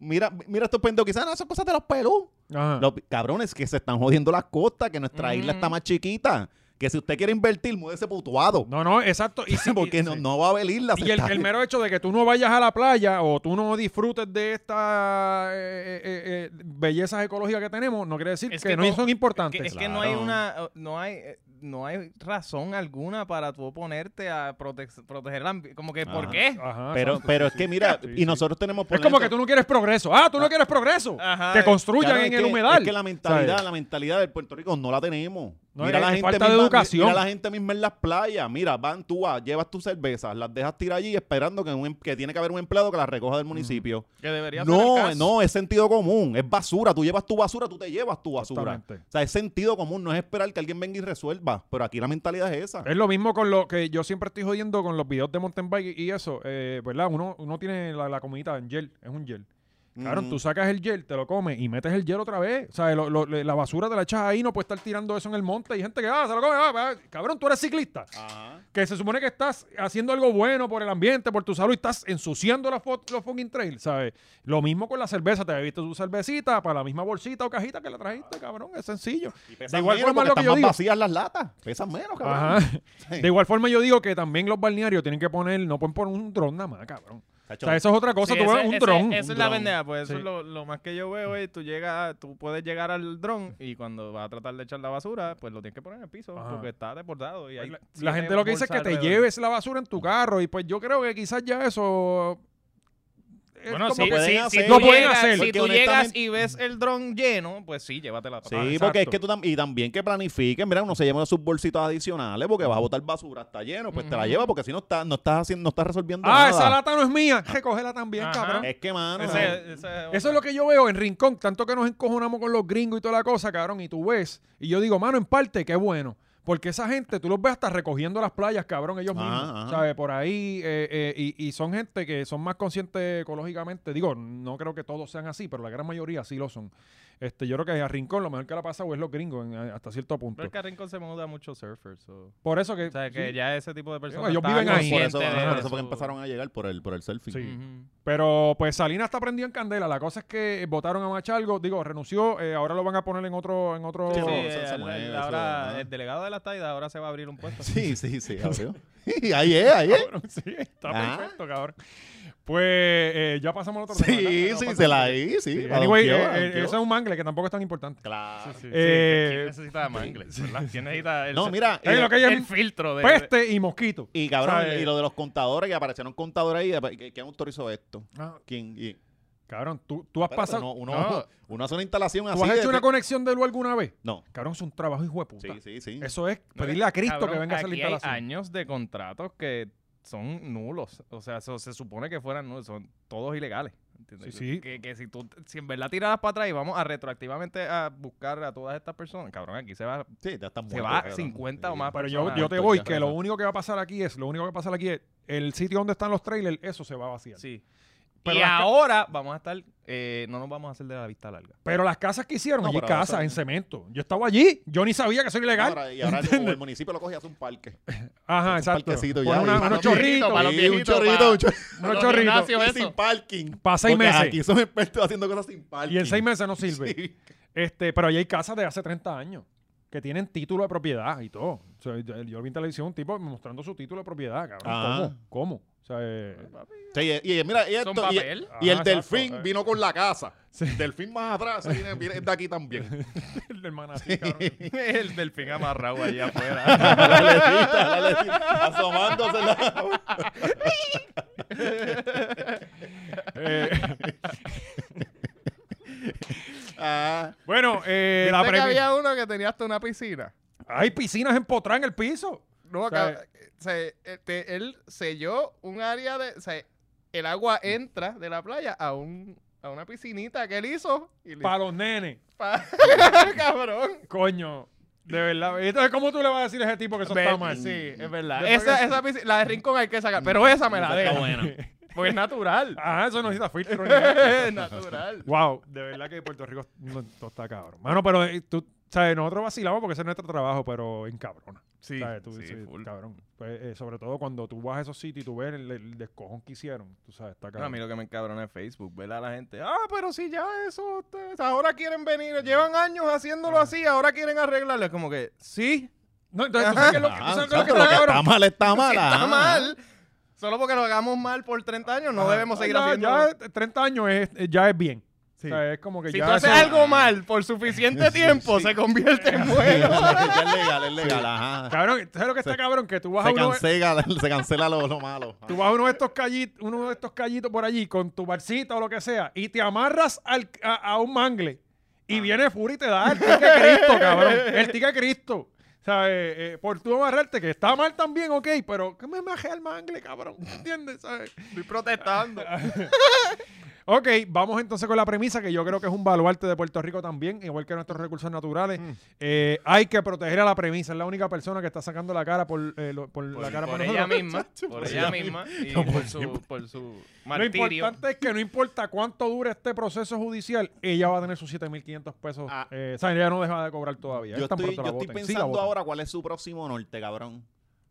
mira, mira estos pendejos, quizás no, son cosas de los pelú. Ajá. Los cabrones que se están jodiendo las costas, que nuestra isla Mm. Ujú. está más chiquita. que si usted quiere invertir, múdese putuado. No, no, exacto. <laughs> Y si- porque no, y- no va a haber <laughs> islas. Y el, está el bien. mero hecho de que tú no vayas a la playa o tú no disfrutes de estas eh, eh, eh, bellezas ecológicas que tenemos, no quiere decir Es que, que no no- son importantes. Que- es que no hay una no hay eh, no hay razón alguna para tú oponerte a prote- proteger la ambi- como que ¿por Ajá. qué? Ajá, Pero, exacto, pero Ah, sí, es que sí. mira, Sí, y sí. nosotros tenemos Es como que tú no quieres progreso. Ah, tú no quieres progreso. Ajá, que eh, construyan Claro, en es el que- humedal. Es que la mentalidad, ¿Sabes? la mentalidad del Puerto Rico no la tenemos. No, mira es- la es gente falta de misma, educación. Mira la gente misma en las playas. Mira, van tú, vas, llevas tus cervezas, las dejas tirar allí esperando que, un em- que tiene que haber un empleado que las recoja del municipio. Que debería ser el No, caso. no, es sentido común. Es basura. Tú llevas tu basura, tú te llevas tu basura. Exactamente. O sea, es sentido común. No es esperar que alguien venga y resuelva. Pero aquí la mentalidad es esa. Es lo mismo con lo que yo siempre estoy jodiendo con los videos de mountain bike y eso, eh, ¿verdad? Uno, uno tiene la, la comidita en gel, es un gel. Claro, Ujú. tú sacas el gel, te lo comes y metes el gel otra vez. O sea, lo- lo- la basura te la echas ahí, no puedes estar tirando eso en el monte. Hay gente que, ah, se lo come, ah, ah. cabrón, tú eres ciclista. Ajá. Que se supone que estás haciendo algo bueno por el ambiente, por tu salud, y estás ensuciando la fo- los fucking trails, ¿sabes? Lo mismo con la cerveza, te bebiste tu cervecita para la misma bolsita o cajita que la trajiste, cabrón, es sencillo. Y De pesan igual menos forma es porque lo que están yo más digo. vacías las latas. Pesan menos, cabrón. Ajá. De igual forma yo digo que también los balnearios tienen que poner, no pueden poner un dron nada más, cabrón. O Chacho, sea, eso es otra cosa, Sí, tú ese- ves un ese- dron. Esa un es la dron. pendeja, pues eso Sí. es lo, lo más que yo veo, es tú llegas, tú puedes llegar al dron y cuando vas a tratar de echar la basura, pues lo tienes que poner en el piso Ajá. Pues porque está deportado y hay la, siete la gente lo que dice es bolsas que te alrededor. lleves la basura en tu carro y pues yo creo que quizás ya eso... es Bueno, como sí, que- pueden sí, hacer. si tú Lo pueden llegas- hacer. Si Porque tú llegas honestamente- y ves el dron lleno, pues sí, llévatela. Sí, papá. porque es exacto. que tú tam- y también que planifiquen, mira, uno se lleva sus bolsitas adicionales porque vas a botar basura, está lleno, pues te la Ujú. lleva porque si no está, no estás haciendo, no estás resolviendo Ah, nada. esa lata no es mía. <laughs> Recógela también, Ajá. cabrón. Es que mano, eh, Ese- ese- Eso es lo que yo veo en Rincón, tanto que nos encojonamos con los gringos y toda la cosa, cabrón, y tú ves, y yo digo, mano, en parte, qué bueno, porque esa gente, tú los ves hasta recogiendo las playas, cabrón, ellos Ajá, mismos, ajá. ¿sabes? Por ahí, eh, eh, y, y son gente que son más conscientes ecológicamente, digo, no creo que todos sean así, pero la gran mayoría sí lo son. Este, yo creo que a Rincón lo mejor que la pasa es los gringos, en- eh, hasta cierto punto. Pero es que a Rincón se muda mucho surfers. so- Por eso que... O sea, que Eh, sí, ya ese tipo de personas. ellos están viven ahí. por conscientes eso, de ajá, por eso su- fue que empezaron a llegar por el por el selfie. Sí. Ujú. Pero pues Salinas está prendido en candela. La cosa es que votaron a Machalgo, digo, renunció, eh, ahora lo van a poner en otro, en otro. Sí, Sí, no, el- se- se el- mueve, ahora eso, ajá. el delegado de la taida ahora se va a abrir un puesto. <laughs> Sí, sí, sí, abrió. ahí es, ahí es. Cabrón, sí, está ¿Eh? Ah. perfecto, cabrón. Pues eh, ya pasamos al otro tema. ¿verdad? Sí, Ya sí, pasamos. se la ahí, sí. Sí, la anyway, donkeó, eh, la eh, donkeó. eso es un mangle que tampoco es tan importante. Claro. Sí, sí, Eh, ¿Quién necesita mangles? ¿verdad? ¿Quién necesita el, No, mira, Eh, y- lo que ella- el filtro de. Peste y mosquito. y cabrón, ¿sabes? y lo de los contadores que aparecieron contadores ahí, ¿qui- ¿quién autorizó esto? Ah, ¿Quién? Y, cabrón, tú, tú has espérate, pasado. uno, uno, no. uno hace una instalación ¿Tú así. has de- hecho una conexión de luz alguna vez? No. Cabrón, es un trabajo hijo de puta. Sí, sí, sí. Eso es No, pedirle a Cristo cabrón, que venga a hacer la aquí instalación. Hay años de contratos que son nulos. O sea, eso se supone que fueran nulos. Son todos ilegales. ¿entiendes? Sí, sí. Que, que si tú, si en verdad tiraras para atrás y vamos a retroactivamente a buscar a todas estas personas, cabrón, aquí se va. Sí, ya están Se muertos, va cabrón. 50 o Sí. más. Pero yo, personas. yo te Exacto, voy, ya, que lo exacto. único que va a pasar aquí es, lo único que va a pasar aquí es, el sitio donde están los trailers, eso se va a vaciar. Sí. Pero y las ca- ahora vamos a estar, eh, no nos vamos a hacer de la <laughs> vista larga. Pero las casas que hicieron, No, allí pero ahora casas son- en cemento. Yo estaba allí, yo ni sabía que eso era ilegal. Ahora- y ahora como el municipio lo coge y hace un parque. Ajá, es un exacto. parquecito Pon una- ya, y- unos Para los chorritos, para los Sí, un viejitos, chorrito, pa- un chorrito. unos los chorritos. gimnasios. Y eso. sin parking. Pa' seis Porque meses. Aquí son expertos haciendo cosas sin parking. y en seis meses no sirve. Sí. Este, pero ahí hay casas de hace 30 años que tienen título de propiedad y todo. O sea, yo yo vi en televisión un tipo mostrando su título de propiedad, cabrón. Ajá. Ah. ¿Cómo? ¿Cómo? O sea, eh, <laughs> Sí, y, y mira, y esto, Son y- papel. y el Ajá, delfín exacto. vino con la casa. Sí. El delfín más atrás se viene, viene de aquí también. el del manatí, cabrón. el delfín amarrado allá <laughs> afuera. La letita, la letita, asomándose la... Eh, <laughs> Ah, bueno, eh, la ¿Viste que premi- había uno que tenía hasta una piscina. hay piscinas en Potrá en el piso. No, O sea, acá, se- este, él selló un área de. o sea, el agua entra de la playa a un a una piscinita que él hizo y le Para los nenes. pa- cabrón. Coño. De verdad. Entonces, ¿cómo tú le vas a decir a ese tipo que eso Ve- está mal? Sí, es verdad. Después Esa, que- esa piscina- la de Rincón hay que sacar, pero esa me la deja. <laughs> Porque <laughs> es natural. Ajá, Ah, eso no necesita filtro. <laughs> ni nada. es natural. Wow, de verdad que Puerto Rico no, no está cabrón. Mano, pero eh, tú, sabes, nosotros vacilamos porque ese es nuestro trabajo, pero en cabrona. Sí, ¿Sabes? Tú dices, cabrón. Pues, eh, sobre todo cuando tú vas a esos sitios y tú ves el, el descojón que hicieron. Tú sabes, está No, a Ah, cabrón. mí lo que me encabrona es Facebook, ver a la gente. Ah, pero si ya eso, Ah. ustedes ahora quieren venir, llevan años haciéndolo así, ahora quieren arreglarlo. Es como que, sí, No, entonces, ¿tú sabes qué <laughs> es lo que, tú Ah, sabes qué es lo exacto, que está cabrón? está mal está mal. Está ah. mal. Solo porque lo hagamos mal por 30 años, no debemos Ah, seguir ya- haciendo. Ya 30 años es, eh, ya es bien. O sea, es como que si ya tú haces eso- algo mal por suficiente tiempo, se convierte en Ya bueno. <laughs> es legal, es legal. Ajá. Cabrón, ¿tú ¿sabes lo que está cabrón? Que tú vas a Se uno, cancela, se cancela lo, lo malo. tú vas a uno de estos callitos, uno de estos callitos por allí con tu barcita o lo que sea y te amarras al- a, a un mangle Ah. y viene Fury y te da el tique Cristo, cabrón. El tique Cristo. O sea, eh, eh, por tú amarrarte, que está mal también, ok, pero que me majé al mangle, cabrón. ¿Entiendes? ¿Sabes? Estoy protestando. <laughs> Ok, vamos entonces con la premisa que yo creo que es un baluarte de Puerto Rico también, igual que nuestros recursos naturales. Mm. Eh, hay que proteger a la premisa, es la única persona que está sacando la cara por, eh, lo- por la cara Por para ella <laughs> nosotros. misma, por ella <laughs> misma y por su, por su Lo martirio. importante es que no importa cuánto dure este proceso judicial, ella va a tener sus 7.500 pesos. Ah. eh, o sea, ella no deja de cobrar todavía. Yo es tan estoy, pronto yo la estoy voten. Sí, la pensando votan. ahora cuál es su próximo norte, cabrón.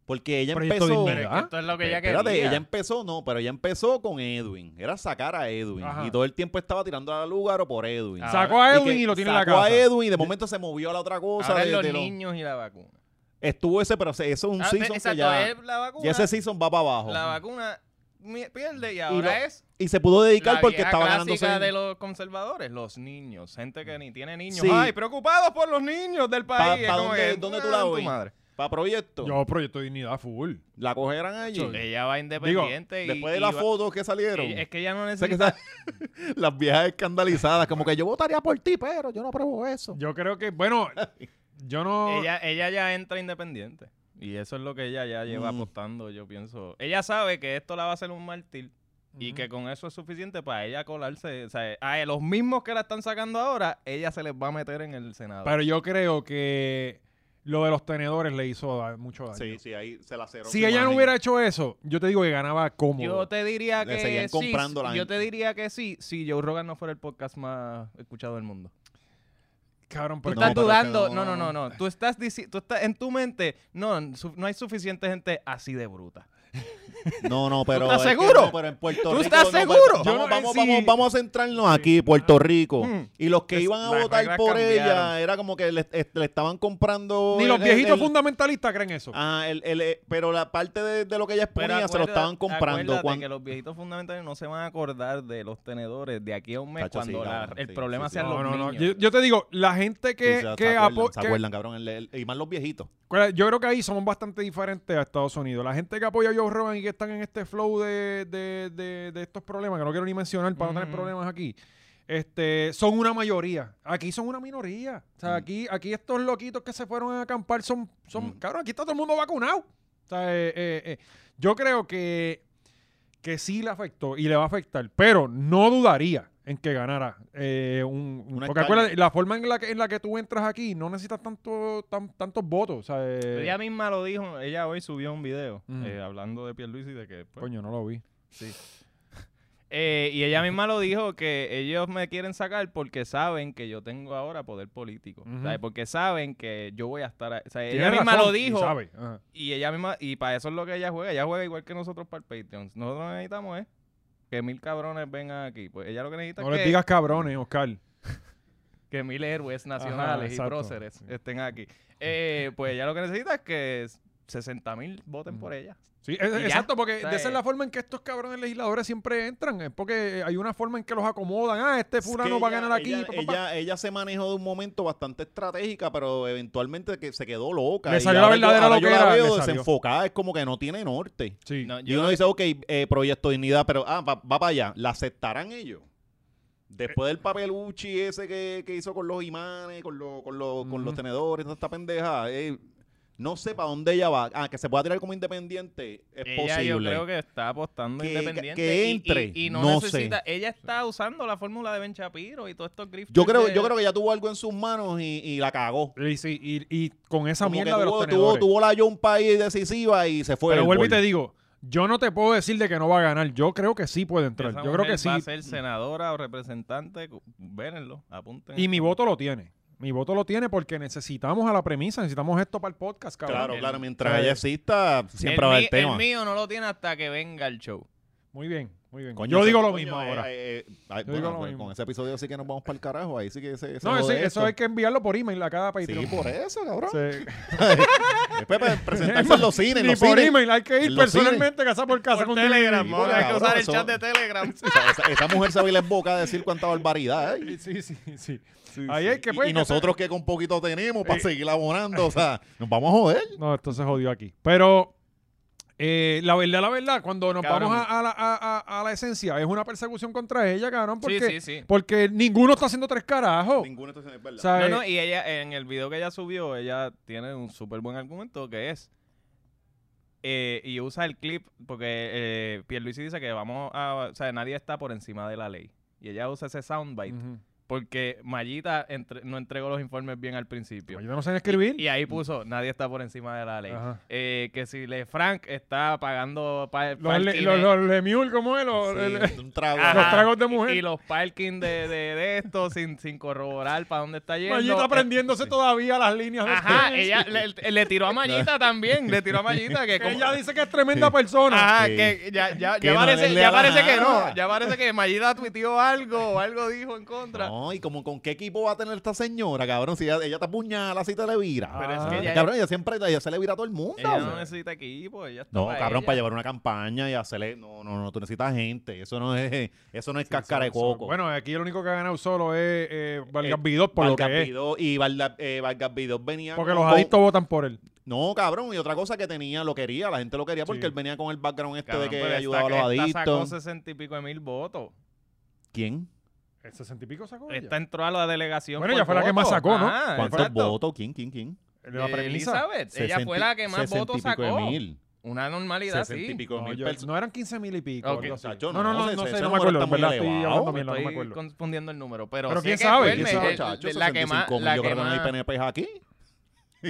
Porque ella Proyecto empezó. de Pero es que esto es lo que ella quería. Espérate, ella em- empezó, no, pero ella empezó con Edwin. Era sacar a Edwin. Ajá. Y todo el tiempo estaba tirando a Lugaro por Edwin. Ah, Sacó a Edwin que y, lo tiene en la sacó casa. a Edwin y de momento se movió a la otra cosa. Ahora de- es los de lo- niños y la vacuna. Estuvo ese, pero se- eso es un Ah, season exacto, que ya. es la vacuna. Ya ese season va para abajo. La vacuna mi- pierde y lo- ahora es Y se pudo dedicar la porque vieja estaba ganando clásica de los conservadores, los niños, gente que ni tiene niños. Sí. Ay, preocupados por los niños del país. es pa como dónde- que, dónde ah, tú la tu ves? madre. Para proyecto. Yo proyecto dignidad full. La cogerán allí. Ella va independiente y Después de y las va- fotos que salieron. ella- es que ella no O sea, que necesita. esa- <laughs> las viejas escandalizadas, como que yo votaría por ti, pero yo no apruebo eso. Yo creo que, <laughs> bueno, yo no... <laughs> Ella, ella ya entra independiente. Y eso es lo que ella ya lleva Mm. apostando, yo pienso. Ella sabe que esto la va a hacer un mártir. Mm. Y que con eso es suficiente para ella colarse. O sea, a los mismos que la están sacando ahora, ella se les va a meter en el Senado. Pero yo creo que lo de los tenedores le hizo da- mucho daño. Sí, sí, ahí se la cerró. Si ella no hubiera hecho eso, yo te digo que ganaba cómodo. yo te diría Le que seguían sí. comprando la yo gente. te diría que sí si Joe Rogan no fuera el podcast más escuchado del mundo. Cabrón, Tú pero No, estás pero es que dudando. no. No, no, no, no. Tú estás dici- tú estás en tu mente, no, su- no hay suficiente gente así de bruta. <laughs> No, no, pero. ¿Tú estás es que seguro? no, pero en Puerto ¿Tú Rico estás no, pero- seguro? Yo vamos, no- vamos, sí. vamos, vamos a centrarnos aquí, Puerto Rico. Mm. Y los que Es- iban a las votar reglas por ella, cambiaron. era como que le, est- le estaban comprando. ni los el- viejitos el- fundamentalistas creen eso. Ah, el- el- eh, pero la parte de, de lo que ella Pero exponía se lo acuérdate- estaban comprando. acuérdate cuan- que los viejitos fundamentales no se van a acordar de los tenedores de aquí a un mes Tacho, sí, cuando la- cabrón, el sí, sí, problema sí. sean no, los no, no. niños. Yo, yo te digo, la gente Sí, que, se- se que acuerdan, apo- se que- acuerdan, cabrón. el- el- y más los viejitos. cuál- yo creo que ahí somos bastante diferentes a Estados Unidos. La gente que apoya a Joe Rogan y que están en este flow de, de- de- de estos problemas, que no quiero ni mencionar para no tener Ujú. problemas aquí, este, son una mayoría. Aquí son una minoría. O sea, aquí, aquí estos loquitos que se fueron a acampar son, son cabrón, aquí está todo el mundo vacunado. O sea, eh, eh, eh, yo creo que, que sí le afectó y le va a afectar, pero no dudaría en que ganara eh, un, un- Una porque alcalde. acuérdate, <laughs> la forma en la que en la que tú entras aquí no necesitas tanto tan- tantos votos, o sea, eh, Ella misma lo dijo, ella hoy subió un video Ujú. eh, hablando de Pierluisi de que pues, coño, no lo vi. Eh, y ella misma lo dijo que ellos me quieren sacar porque saben que yo tengo ahora poder político. Ujú. ¿sabes? Porque saben que yo voy a estar. ahí. O sea, ella Tienes misma razón, Eh, lo y dijo. sabe, ajá. Y ella misma, y para eso es lo que ella juega. Ella juega igual que nosotros para el Patreon. Nosotros lo que necesitamos es que mil cabrones vengan aquí. Pues ella lo que necesita No es les que, digas cabrones, Oscar. que mil héroes Ajá, nacionales y exacto. próceres estén aquí. <laughs> Eh, pues ella lo que necesita es que 60 mil Mm. voten por ella. Sí, es- ya. exacto, porque O sea, de esa es eh. la forma en que estos cabrones legisladores siempre entran, es porque eh, hay una forma en que los acomodan, ah, este Es que fulano va a ella- ganar aquí, Ella, pa, pa, pa. ella- ella se manejó de un momento bastante estratégica, pero eventualmente que se quedó loca. Le Y salió la ahora yo- verdadera ahora yo la loquera, le veo salió. desenfocada, es como que no tiene norte. Sí. No, Y uno dice, ok, eh, Proyecto Dignidad, pero ah, va, va para allá. ¿La aceptarán ellos? Después del papeluchi ese que, que hizo con los imanes, con, los- con, los- con los Ujú. tenedores, toda esta pendeja, eh, no sé para dónde ella va. Ah, que se pueda tirar como independiente, es Ella posible. yo creo que está apostando Que- independiente. que y- y- entre, Y, no, no sé. necesita. Ella está usando la fórmula de Ben Shapiro y todos estos grifos. yo creo, yo creo que ella tuvo algo en sus manos y, y la cagó. Y, sí, y- y con esa Como que mierda de los tuvo, tenedores. tuvo, tuvo la jumpa ahí decisiva y se fue. Pero el vuelvo y bol. te digo, yo no te puedo decir de que no va a ganar. Yo creo que sí puede entrar. Esa Yo creo que mujer sí. Va a ser senadora o representante. cu- Vénenlo, apunten. Y mi voto lo tiene. Mi voto lo tiene porque necesitamos a la premisa, necesitamos esto para el podcast, cabrón. Claro, El- claro, mientras ¿sabes? ella exista, siempre el va a mí- haber tema. El mío no lo tiene hasta que venga el show. Muy bien. Muy bien. Coño, Yo eso- digo lo coño, mismo eh, ahora. eh, eh, ay, Yo bueno, digo lo pues, mismo. Con ese episodio sí que nos vamos para el carajo. Ahí sí que se. se no, jode ese- eso esto. hay que enviarlo por email a cada Patreon. Sí, <laughs> por eso, cabrón. Sí. Después para Es <laughs> presentarse más, en los cines. en Ni los por cines. email, hay que En ir los personalmente a casa por casa con Por Telegram, DVD. Sí, mano, porque, hay que usar cabrón, el eso- chat de Telegram. O sea, esa, esa mujer se la en boca a decir cuánta barbaridad. ¿eh? Sí, sí, sí. Ahí hay que Y- pues, y que- nosotros que con poquito tenemos para seguir abonando, o sea, nos vamos a joder. No, esto se jodió aquí. Pero eh, la verdad, la verdad, cuando nos Cabrón. vamos a, a la, a- a- a la esencia, es una persecución contra ella, cabrón, porque, Sí, sí, sí. porque ninguno está haciendo tres carajos. Ninguna estación es verdad. ¿sabes? No, no, y ella, en el video que ella subió, ella tiene un súper buen argumento que es. eh, y usa el clip porque eh, Pierluisi dice que vamos a. O sea, nadie está por encima de la ley. Y ella usa ese soundbite Ujú. porque Mayita entre- no entregó los informes bien al principio. Pues Yo no sé escribir. Y ahí puso, nadie está por encima de la ley. Mm. Ajá. Eh, que si le Frank está pagando pa- los, le- parking los, en- los Lemuel, ¿cómo es? Los, el- un trago. Ajá. los tragos de mujer. y los parking de, de, de esto sin, sin corroborar para dónde está yendo. Mayita aprendiéndose todo todavía las líneas de <laughs> Ajá, tenis. ella le, le tiró a Mayita también, le tiró a Mayita que Que como- ella dice que es tremenda persona. Ajá, Sí. que ya, ya, Que ya no parece, le ya lea parece que nada. no, ya parece que Mayita tuiteó algo o algo dijo en contra. No, y como con qué equipo va a tener esta señora, cabrón, si ella, ella te apuñala, así te le vira. Pero es que Ah, ella- cabrón, ella siempre ella se le vira a todo el mundo. Ella no o sea. necesita equipo, ella está No, para cabrón, ella. para llevar una campaña y hacerle. No, no, no, tú necesitas gente. Eso no es, eso no es cáscara de coco. Bueno, aquí lo único que ha ganado solo es eh, Vargas Eh, Vidot, por lo que Vargas es. Vidó- y Vargas, eh, Vargas Vidó venía. Porque con- los adictos votan por él. No, cabrón, y otra cosa que tenía, lo quería, la gente lo quería porque Sí. él venía con el background este Cabrón, de pero que esta- ayudaba a los esta sacó adictos. 60 y pico de mil votos. ¿Quién? ¿El 60 y pico sacó? Esta entró a la delegación. Bueno, por ella fue la que voto. más sacó, ¿no? Ajá, ¿Cuántos ¿Eh? exacto. votos? ¿Quién, quién, quién? ¿La Eh, premisa? Elizabeth, ella fue la que más votos sesenta y pico de sacó. mil. Una normalidad, Sesenta sí. y pico de No, mil yo- personas. no eran 15 mil y pico. Ok. algo así. Muchacho, no, no, no, ese- no sé, ese no me número acuerdo. está En muy verdad estoy elevado. hablando Me mierda, no me estoy acuerdo. confundiendo el número, pero, Pero sí quién que sabe, fue el quién me- sabe, el- muchachos, la que más, 65.000, la yo que creo que no hay más- PNP aquí. <laughs>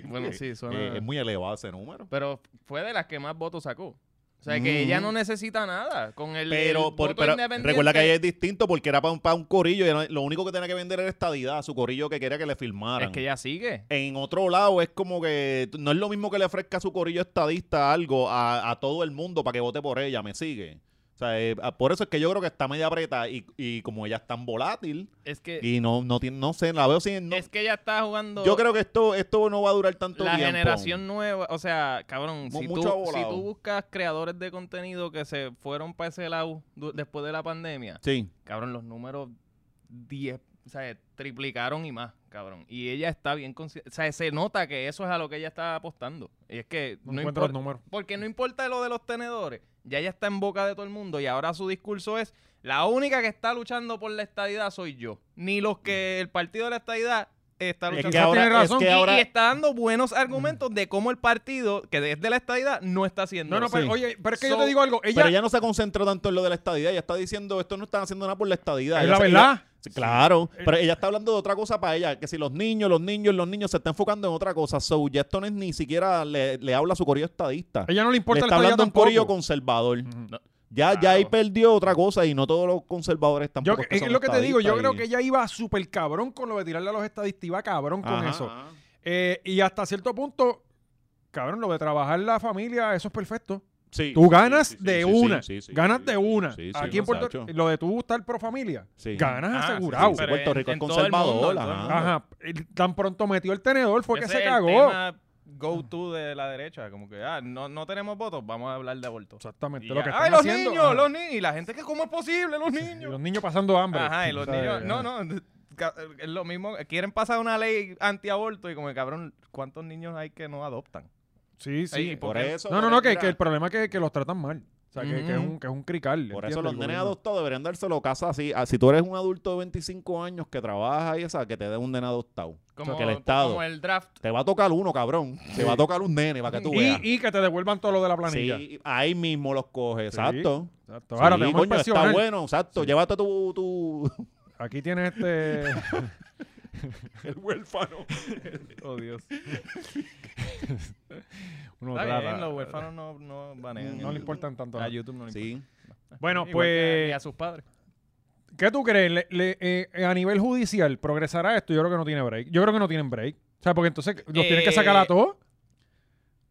Bueno, sí, suena. Eh, es muy elevado ese número. Pero fue de las que más votos sacó. O sea, que Mm. ella no necesita nada. Con el, Pero, el por- voto pero independiente- recuerda que ahí es distinto porque era para un, para un corillo y era- lo único que tenía que vender era estadidad, su corillo que quería que le firmaran. Es que ella sigue. En otro lado es como que no es lo mismo que le ofrezca a su corillo estadista algo a, a todo el mundo para que vote por ella, me sigue. O sea, eh, a- por eso es que yo creo que está media preta y, y como ella es tan volátil Es que, y no, no tiene, no sé, la veo sin... no- es que ella está jugando. yo creo que esto, esto no va a durar tanto la tiempo. generación nueva, o sea, cabrón, Mu- si tú, mucho ha si volado. tú buscas creadores de contenido que se fueron para ese lado du- después de la pandemia, Sí. cabrón, los números 10, o sea, triplicaron y más, cabrón. Y ella está bien consci- o sea, se nota que eso es a lo que ella está apostando. Y es que No, no, encuentro los importa- números. Porque no importa lo de los tenedores, ya ella está en boca de todo el mundo y ahora su discurso es, la única que está luchando por la estadidad soy yo, ni los Mm. que el partido de la estadidad está Es luchando. Quizás que tiene ahora, es razón. que Y- ahora y, está dando buenos argumentos de cómo el partido, que desde la estadidad, no está haciendo Mm. No, no, eso. pero oye, pero es que yo So- te digo algo. Ella, Pero ella no se concentró tanto en lo de la estadidad. Ella está diciendo, esto no están haciendo nada por la estadidad. Es Ella la se- verdad. ella- sí, claro. Pero ella está hablando de otra cosa para ella. Que si los niños, los niños, los niños se están enfocando en otra cosa. So, ya esto no es ni siquiera le, le habla a su corillo estadista. ella no le le importa está el hablando a un tampoco. Mm, corillo conservador. Ujú. Ya, ya ahí Claro. perdió otra cosa y no todos los conservadores Yo, tampoco. es lo que te digo, yo creo que ella ella iba súper cabrón con lo de tirarle a los estadistas, iba cabrón con eso. Eh, y hasta cierto punto, cabrón, lo de trabajar la familia, eso es perfecto. Tú ganas de una, ganas de una. Aquí en Puerto Rico. lo de tú estar pro familia, Sí. ganas Ah, sí, asegurado. sí, pero Puerto en- Rico en es todo el mundo, en todo el conservador. mundo. ajá. Ajá, él tan pronto metió el tenedor fue que Ese se es el cagó. Mm. tema go-to de la derecha, como que, ah, no, no tenemos votos, vamos a hablar de aborto. Exactamente, Y lo que ya, están ¡Ay, los haciendo, niños! ajá. Los niños. Y la gente que, ¿cómo es posible? Los Y niños. los niños pasando hambre. Ajá, y los ¿sabes? niños. No, Ajá. no. ca- Es lo mismo. Quieren pasar una ley antiaborto y, como, cabrón, ¿cuántos niños hay que no adoptan? Sí, sí. Ey, Por porque- eso. eh, no, no, no, que, mira, que el problema es que, que los tratan mal. O sea, que, que es, Ujú. un, que es un crical. Por ¿entiendes? eso los El nenes gobierno. adoptados deberían dárselo casa así. Ah, Si tú eres un adulto de 25 años que trabaja y esa, que te dé un nene adoptado. Como, que el Estado. como el draft. Te va a tocar uno, cabrón. Te va a tocar un nene para que tú veas. Y, y que te devuelvan todo lo de la planilla. Sí, ahí mismo los coge, Sí. exacto. Exacto. Ahora te vamos a Sí, coño, está impresionar. bueno, exacto. Llévate tu, tu... Aquí tienes <laughs> este. el huérfano. Oh, Dios. Uno Está trata- bien, los huérfanos no, no banean. No le importan tanto. A ¿no? YouTube no le Sí. Bueno, Igual que a- y a pues, sus padres. ¿qué tú crees? Le- le- eh, a nivel judicial, ¿progresará esto? Yo creo que no tiene break. Yo creo que no tienen break. O sea, porque entonces los tienen que sacar a Eh, todos.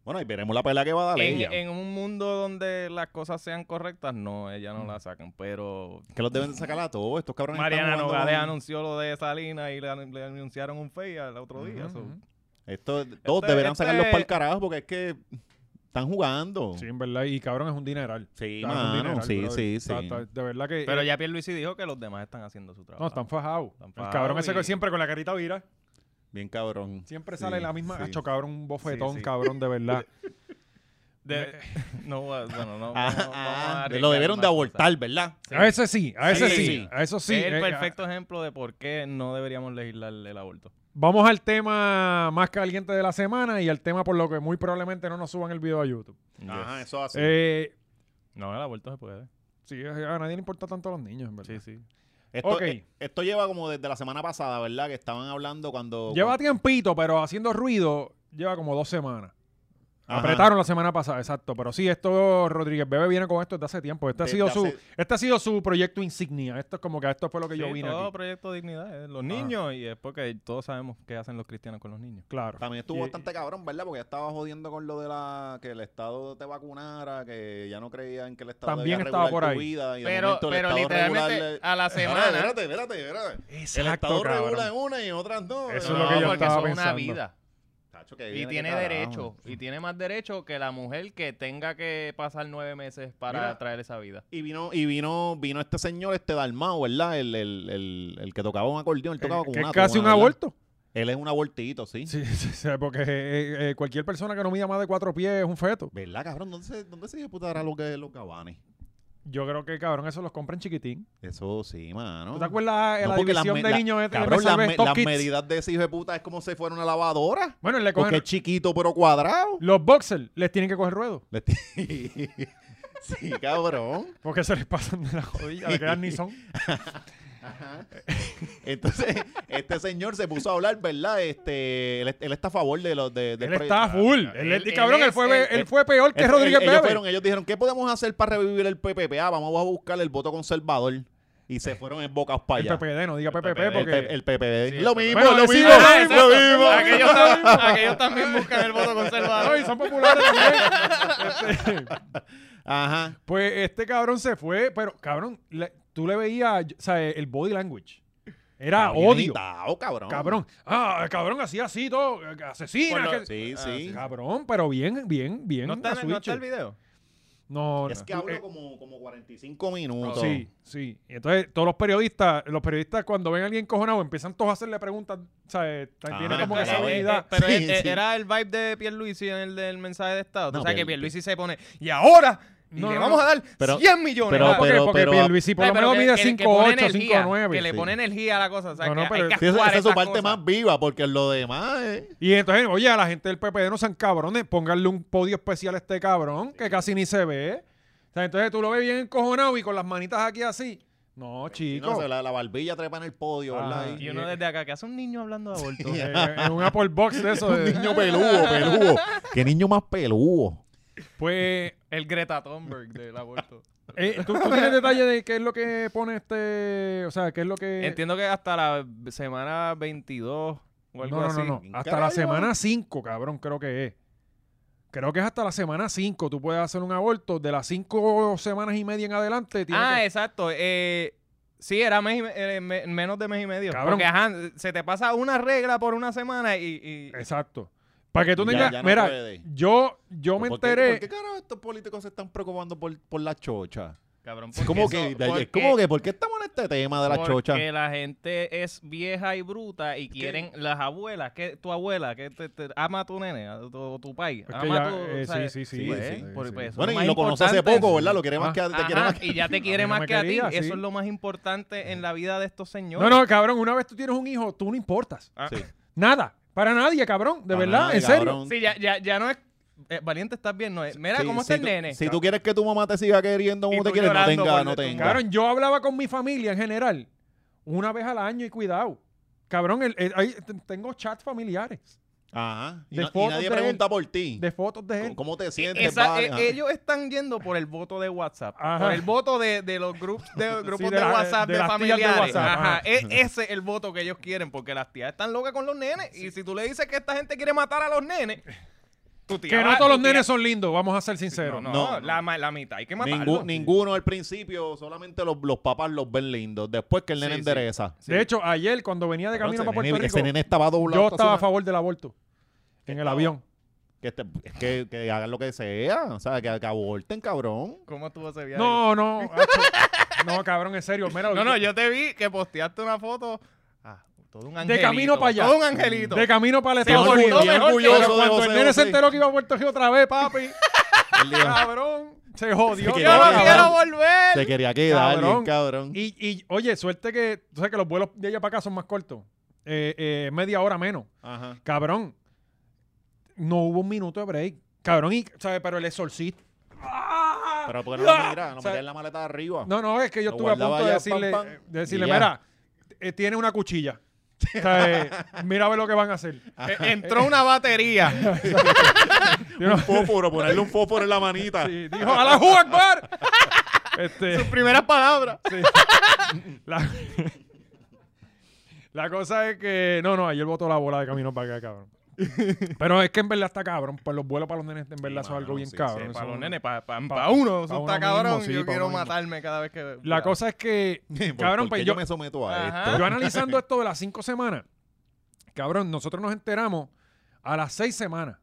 Bueno, y veremos la pelea que va a dar En, ella. en un mundo donde las cosas sean correctas, no, ella no la sacan. Pero Que los deben sacar a todos. Estos cabrones están Mariana jugando Nogales con- anunció lo de Salinas y le, le anunciaron un fake al otro día. so. Esto, todos Este- deberán este- sacarlos para el carajo porque es que están jugando. Sí, en verdad. Y cabrón, es un dineral. Sí, O sea, es un mano, dineral, sí, brother. sí, O sea, sí. ta- de verdad que. Pero eh, ya Pierluisi dijo que los demás están haciendo su trabajo. No, están fajados. Están El fajados cabrón ese y- que siempre con la carita vira. Bien cabrón. Siempre Sí, sale la misma. sí. Hacho, cabrón, un bofetón, sí. cabrón, de <laughs> verdad. De- <laughs> no, bueno, <laughs> no. no Ah, vamos a ah, arriesgar lo debieron de más abortar, ¿verdad? A ese sí, a ese sí. Sí, sí. A eso cosas. sí. es el eh, perfecto ejemplo de por qué no deberíamos legislar el aborto. Vamos al tema más caliente de la semana y al tema por lo que muy probablemente no nos suban el video a YouTube. Ajá, eso así. Eh, No, el aborto se puede. sí, a nadie le importa tanto a los niños, en verdad. Sí, sí. esto, ok. eh, esto lleva como desde la semana pasada, ¿verdad? Que estaban hablando cuando... Lleva tiempito, pero haciendo ruido, lleva como dos semanas. Ajá. Apretaron la semana pasada, exacto. Pero sí, esto, Rodríguez Bebe viene con esto desde hace tiempo. Este, Desde ha, sido su, hace- este ha sido su proyecto insignia. Esto es como que esto fue lo que yo Sí, vine todo aquí. proyecto de dignidad, eh, los niños, y es porque todos sabemos qué hacen los cristianos con los niños. Claro. También estuvo Y- bastante cabrón, ¿verdad? Porque estaba jodiendo con lo de la que el Estado te vacunara, que ya no creían que el Estado También debía estaba regular por tu ahí. vida, y de Pero, momento el pero Estado literalmente regularle- a la Espérate, semana. Espérate, espérate, espérate. el Exacto, Estado regula en cabrón. una y en otras no. Eso es lo que yo estaba porque eso es pensando. una vida. Tacho, que Y viene, tiene qué carajo. derecho. Y tiene más derecho que la mujer que tenga que pasar nueve meses para Mira. traer esa <laughs> vida. Y vino, y vino, vino este señor, este Dalmao, ¿verdad? El, el, el, el que tocaba un acordeón, él tocaba Que- Eh, con que una es casi tuna, un ¿verdad? <laughs> aborto. Él es un abortito, sí. Sí, sí, sí, porque eh, eh, cualquier persona que no mida más de cuatro pies es un feto. ¿Verdad, cabrón? ¿Dónde se, dónde se disputará lo que los gabanes? Yo creo que, cabrón, eso los compran chiquitín. Eso sí, mano. ¿Tú te acuerdas de No, la porque las división me- de la- niños? este de- de Cabrón, las, Salve me- Top las Kids? medidas de ese hijo de puta es como si fuera una lavadora. Bueno, le Porque cogen... es chiquito pero cuadrado. Los boxers les tienen que coger ruedo. Le estoy- <laughs> sí, cabrón. Porque se les pasan de la jodilla, le quedan ni <laughs> son. Entonces, este señor se puso a hablar, ¿verdad? Este, él, él está a favor de los de, del Él proyecto. está ah, full. Él, él- y cabrón, él él fue, es el- él fue peor que Él- Rodríguez él- ellos, Bebe. fueron, ellos dijeron, ¿qué podemos hacer para revivir el PPP? Ah, vamos a buscar el voto conservador. Y Eh. se fueron en bocas para el allá. PPD, no diga PPP, El, porque... P- <laughs> el PPD. Sí, lo el mismo, Bueno, lo sí, mismo, lo lo mismo, mismo. Aquellos, tam- aquellos Ah, también buscan el voto <laughs> Ay, conservador. son populares también. Este, Ajá. pues este cabrón se fue, pero cabrón, le- tú le veías, o sea, el body language. Era Bien odio. irritado, cabrón. Cabrón. Ah, el cabrón, así, así, todo. eh, Asesina. Por lo- que- Sí, Ah, sí. Cabrón, pero bien, bien, bien. ¿No está, en- a no está el switch. video? No, Es no. que Tú, hablo eh, como, como 45 minutos. Sí, sí. Y Entonces, todos los periodistas, los periodistas cuando ven a alguien cojonado, empiezan todos a hacerle preguntas, ¿sabes? Ah, Tienen como que esa claro, eh, habilidad. Pero Sí, es- es- sí. era el vibe de Pierluisi en el del mensaje de Estado. No, o sea que Pier- Pierluisi se pone, y ahora y No, le no, vamos no. a dar Pero- 100 millones. pero- Ah, porque, porque pero- Pierluisi por Ay, lo pero menos que- mide que- que pone 5'8, energía, Que 5'9. le sí. pone energía a la cosa. O sea, No, que no, hay pero- que Sí, esa, actuar esa es su esas parte cosas. más viva, porque lo demás eh, Y entonces, oye, a la gente del PPD no sean cabrones, pónganle un podio especial a este cabrón, que casi ni se ve. O sea, entonces tú lo ves bien encojonado y con las manitas aquí así. No, y no chico. sé, la, la barbilla trepa en el podio, Ajá. ¿verdad? Y Y- Yo- uno desde acá, que hace un niño hablando de aborto? Eh, en un Apple Box de eso. de- Niño peludo, <laughs> peludo. Qué niño más peludo. Pues, <laughs> el Greta Thunberg del aborto. eh, ¿tú, tú tienes detalle de qué es lo que pone este. O sea, qué es lo que. <laughs> Entiendo que hasta la semana 22 o algo no, no, así. no, ¿En no. Hasta carajo? la semana 5, cabrón, creo que es. Creo que es hasta la semana 5. Tú puedes hacer un aborto de las 5 semanas y media en adelante. tiene Ah, que- exacto. Eh, sí, era mes y me- eh, me- menos de mes y medio. Cabrón. Porque, ajá, se te pasa una regla por una semana y... y- Exacto. Para que tú Ya, tengas. ya no mira, puede. yo, yo me ¿Por qué- enteré. ¿Por qué carajo estos políticos se están preocupando por, por la chocha? Cabrón, porque ¿Cómo eso- que, porque- ¿Cómo que? ¿Por qué estamos en este tema de la chocha? Porque la gente es vieja y bruta y quieren las abuelas, que tu abuela, que te, te- ama a tu nene, a tu, tu país, Es que ama ya, a tu... eh, sí, ¿sabes? sí, sí, Pues, sí, sí, por- sí. pues, eso bueno, es lo y lo más conoce hace importante. poco, ¿verdad? Lo quiere más Ah, que a, te quiere Ajá, más que- y ya te <laughs> A quiere mí no más me que a ti. quería, sí. Eso es lo más importante en la vida de estos señores. No, no, cabrón, una vez tú tienes un hijo, tú no importas. Ah, Sí. Nada. Para nadie, cabrón. De Ah, verdad, en serio. cabrón. Sí, ya, ya, ya no es. eh, valiente, estás bien. No es, mira Sí, cómo si está el tú- nene. Si tú quieres que tu mamá te siga queriendo Y como te tú quiere, no llorando tenga, por- no por- tenga. Cabrón, yo hablaba con mi familia en general una vez al año y cuidado. Cabrón, el- el- ahí t- tengo chats familiares Ajá. Y, de no- y fotos nadie de él, pregunta por ti. de fotos de él. ¿Cómo- ¿Cómo te sientes? Esa- vale? eh, Ajá. ellos están yendo por el voto de WhatsApp. Ajá. Por el voto de, de los grupos de, <laughs> grupos de de, la- WhatsApp de de, las tías de familiares. WhatsApp, Ajá. ajá. E- ese es el voto que <laughs> ellos quieren porque las tías están locas con los nenes. Y si tú le dices que esta gente quiere matar a los nenes. tu tía Que va- no todos los tu tía- nenes son lindos, vamos a ser sinceros. ah, No, no, No, La, ma- la mitad. Hay que matarlo. Ningú- ninguno al principio, solamente los, los papás los ven lindos. Después que el nene Sí, sí. endereza. Sí. De hecho, ayer cuando venía de Cabrón, camino ese para Puerto nene- Rico, Ese nene estaba doblado. yo hasta estaba a su- favor del aborto en el Estaba- avión. Que, este- es que, que hagan lo que sea. O sea, que, que aborten, cabrón. ¿Cómo estuvo ese viaje? No, no, hacho. no, cabrón, en serio. Mira, No, no, yo te vi que posteaste una foto. Ah, todo un angelito. de camino para allá. Todo un angelito. De camino para el Se Estados portó Unidos. mejor que Pero orgulloso de cuando José el nene se José. enteró que iba a Puerto Rico otra vez, <laughs> papi, Él dijo, cabrón, se jodió. Se quedó ¡Yo no Cabrón. quiero volver! se quería quedar, Cabrón. bien, cabrón. Y, y, oye, suerte que, tú sabes que los vuelos de allá para acá son más cortos. Eh, eh, media hora menos. Ajá. Cabrón, no hubo un minuto de break. Cabrón, y, ¿sabes? Pero el exorcista. Pero porque <laughs> no lo O mira, no sea, metían la maleta de arriba. No, no, es que yo Lo estuve a guardaba punto de ya, decirle, pam, pam, eh, de decirle y ya. mira, eh, tiene una cuchilla. <laughs> O sea, eh, mira a ver lo que van a hacer. Eh, Entró una batería. <laughs> Yo no- Fósforo, ponerle un fósforo en la manita. sí, dijo, ¡a la Juan Bar! <laughs> Este, Primeras palabras. sí. la, la cosa es que, no, no, ayer botó la bola de camino para acá, cabrón. Pero es que en verdad está cabrón. Pues los vuelos para los nenes, en verdad, son algo mano, bien sí, sí, cabrón. para Son- los nenes, para, para, uno. Eso pa' uno está cabrón. mismo, sí, yo pa' quiero uno mismo. matarme cada vez que. La cosa es que, <laughs> ¿Por- cabrón, por pues qué yo, yo me someto a Ajá. esto. yo analizando esto de las cinco semanas, cabrón, nosotros nos enteramos a las seis semanas.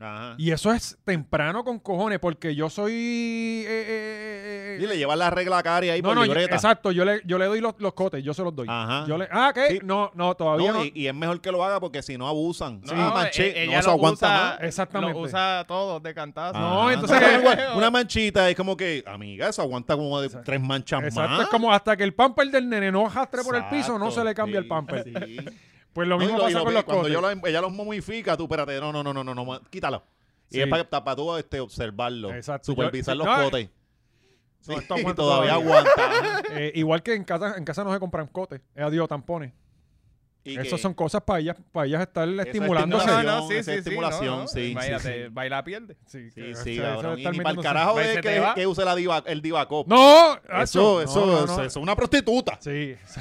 Ajá. Y eso es temprano con cojones, porque yo soy... eh, eh, eh, eh, Y le llevan la regla a Cari ahí no, por no, yo- libreta. exacto, yo le, yo le doy los, los cotes, yo se los doy. Ajá. Yo le, ah, ¿qué? Sí. No, no, todavía No, no. y, y es mejor que lo haga porque si no abusan. No, Sí, manche- e- no ella se lo aguanta usa- más. Exactamente. Lo usa todos de cantazo. No, Ajá. entonces- pero <laughs> igual, una manchita es como que, amiga, eso aguanta como de tres manchas Exacto, más. es como hasta que el pamper del nene no arrastre por el piso, no Exacto, se le cambia el sí, pamper. sí. Pues <laughs> lo mismo No, y pasa lo- con y lo ve, los cuando cotes. yo la- ella los momifica, tú espérate, no, no, no, no, no, no quítalo. Y Sí. es para, para tú este, observarlo, Exacto. supervisar Yo- los no, cotes. Sí, no, <laughs> esto aguanta todavía todavía. aguanta. Eh, igual que en casa, en casa no se compran cotes, eh, adiós, tampones. Y Esas que- son cosas para ellas, para ellas estar estimulándose. estimulación. esa estimulación, sí, sí, Imagínate, sí. baila pierde. Sí, Sí, que- sí, o sea, eso cabrón. estar Y ni para el metiéndose- carajo Pues de se te que, va. que use la diva, el divacop. No, eso, hacho, eso, no, no, eso no. es una prostituta. Sí. <laughs>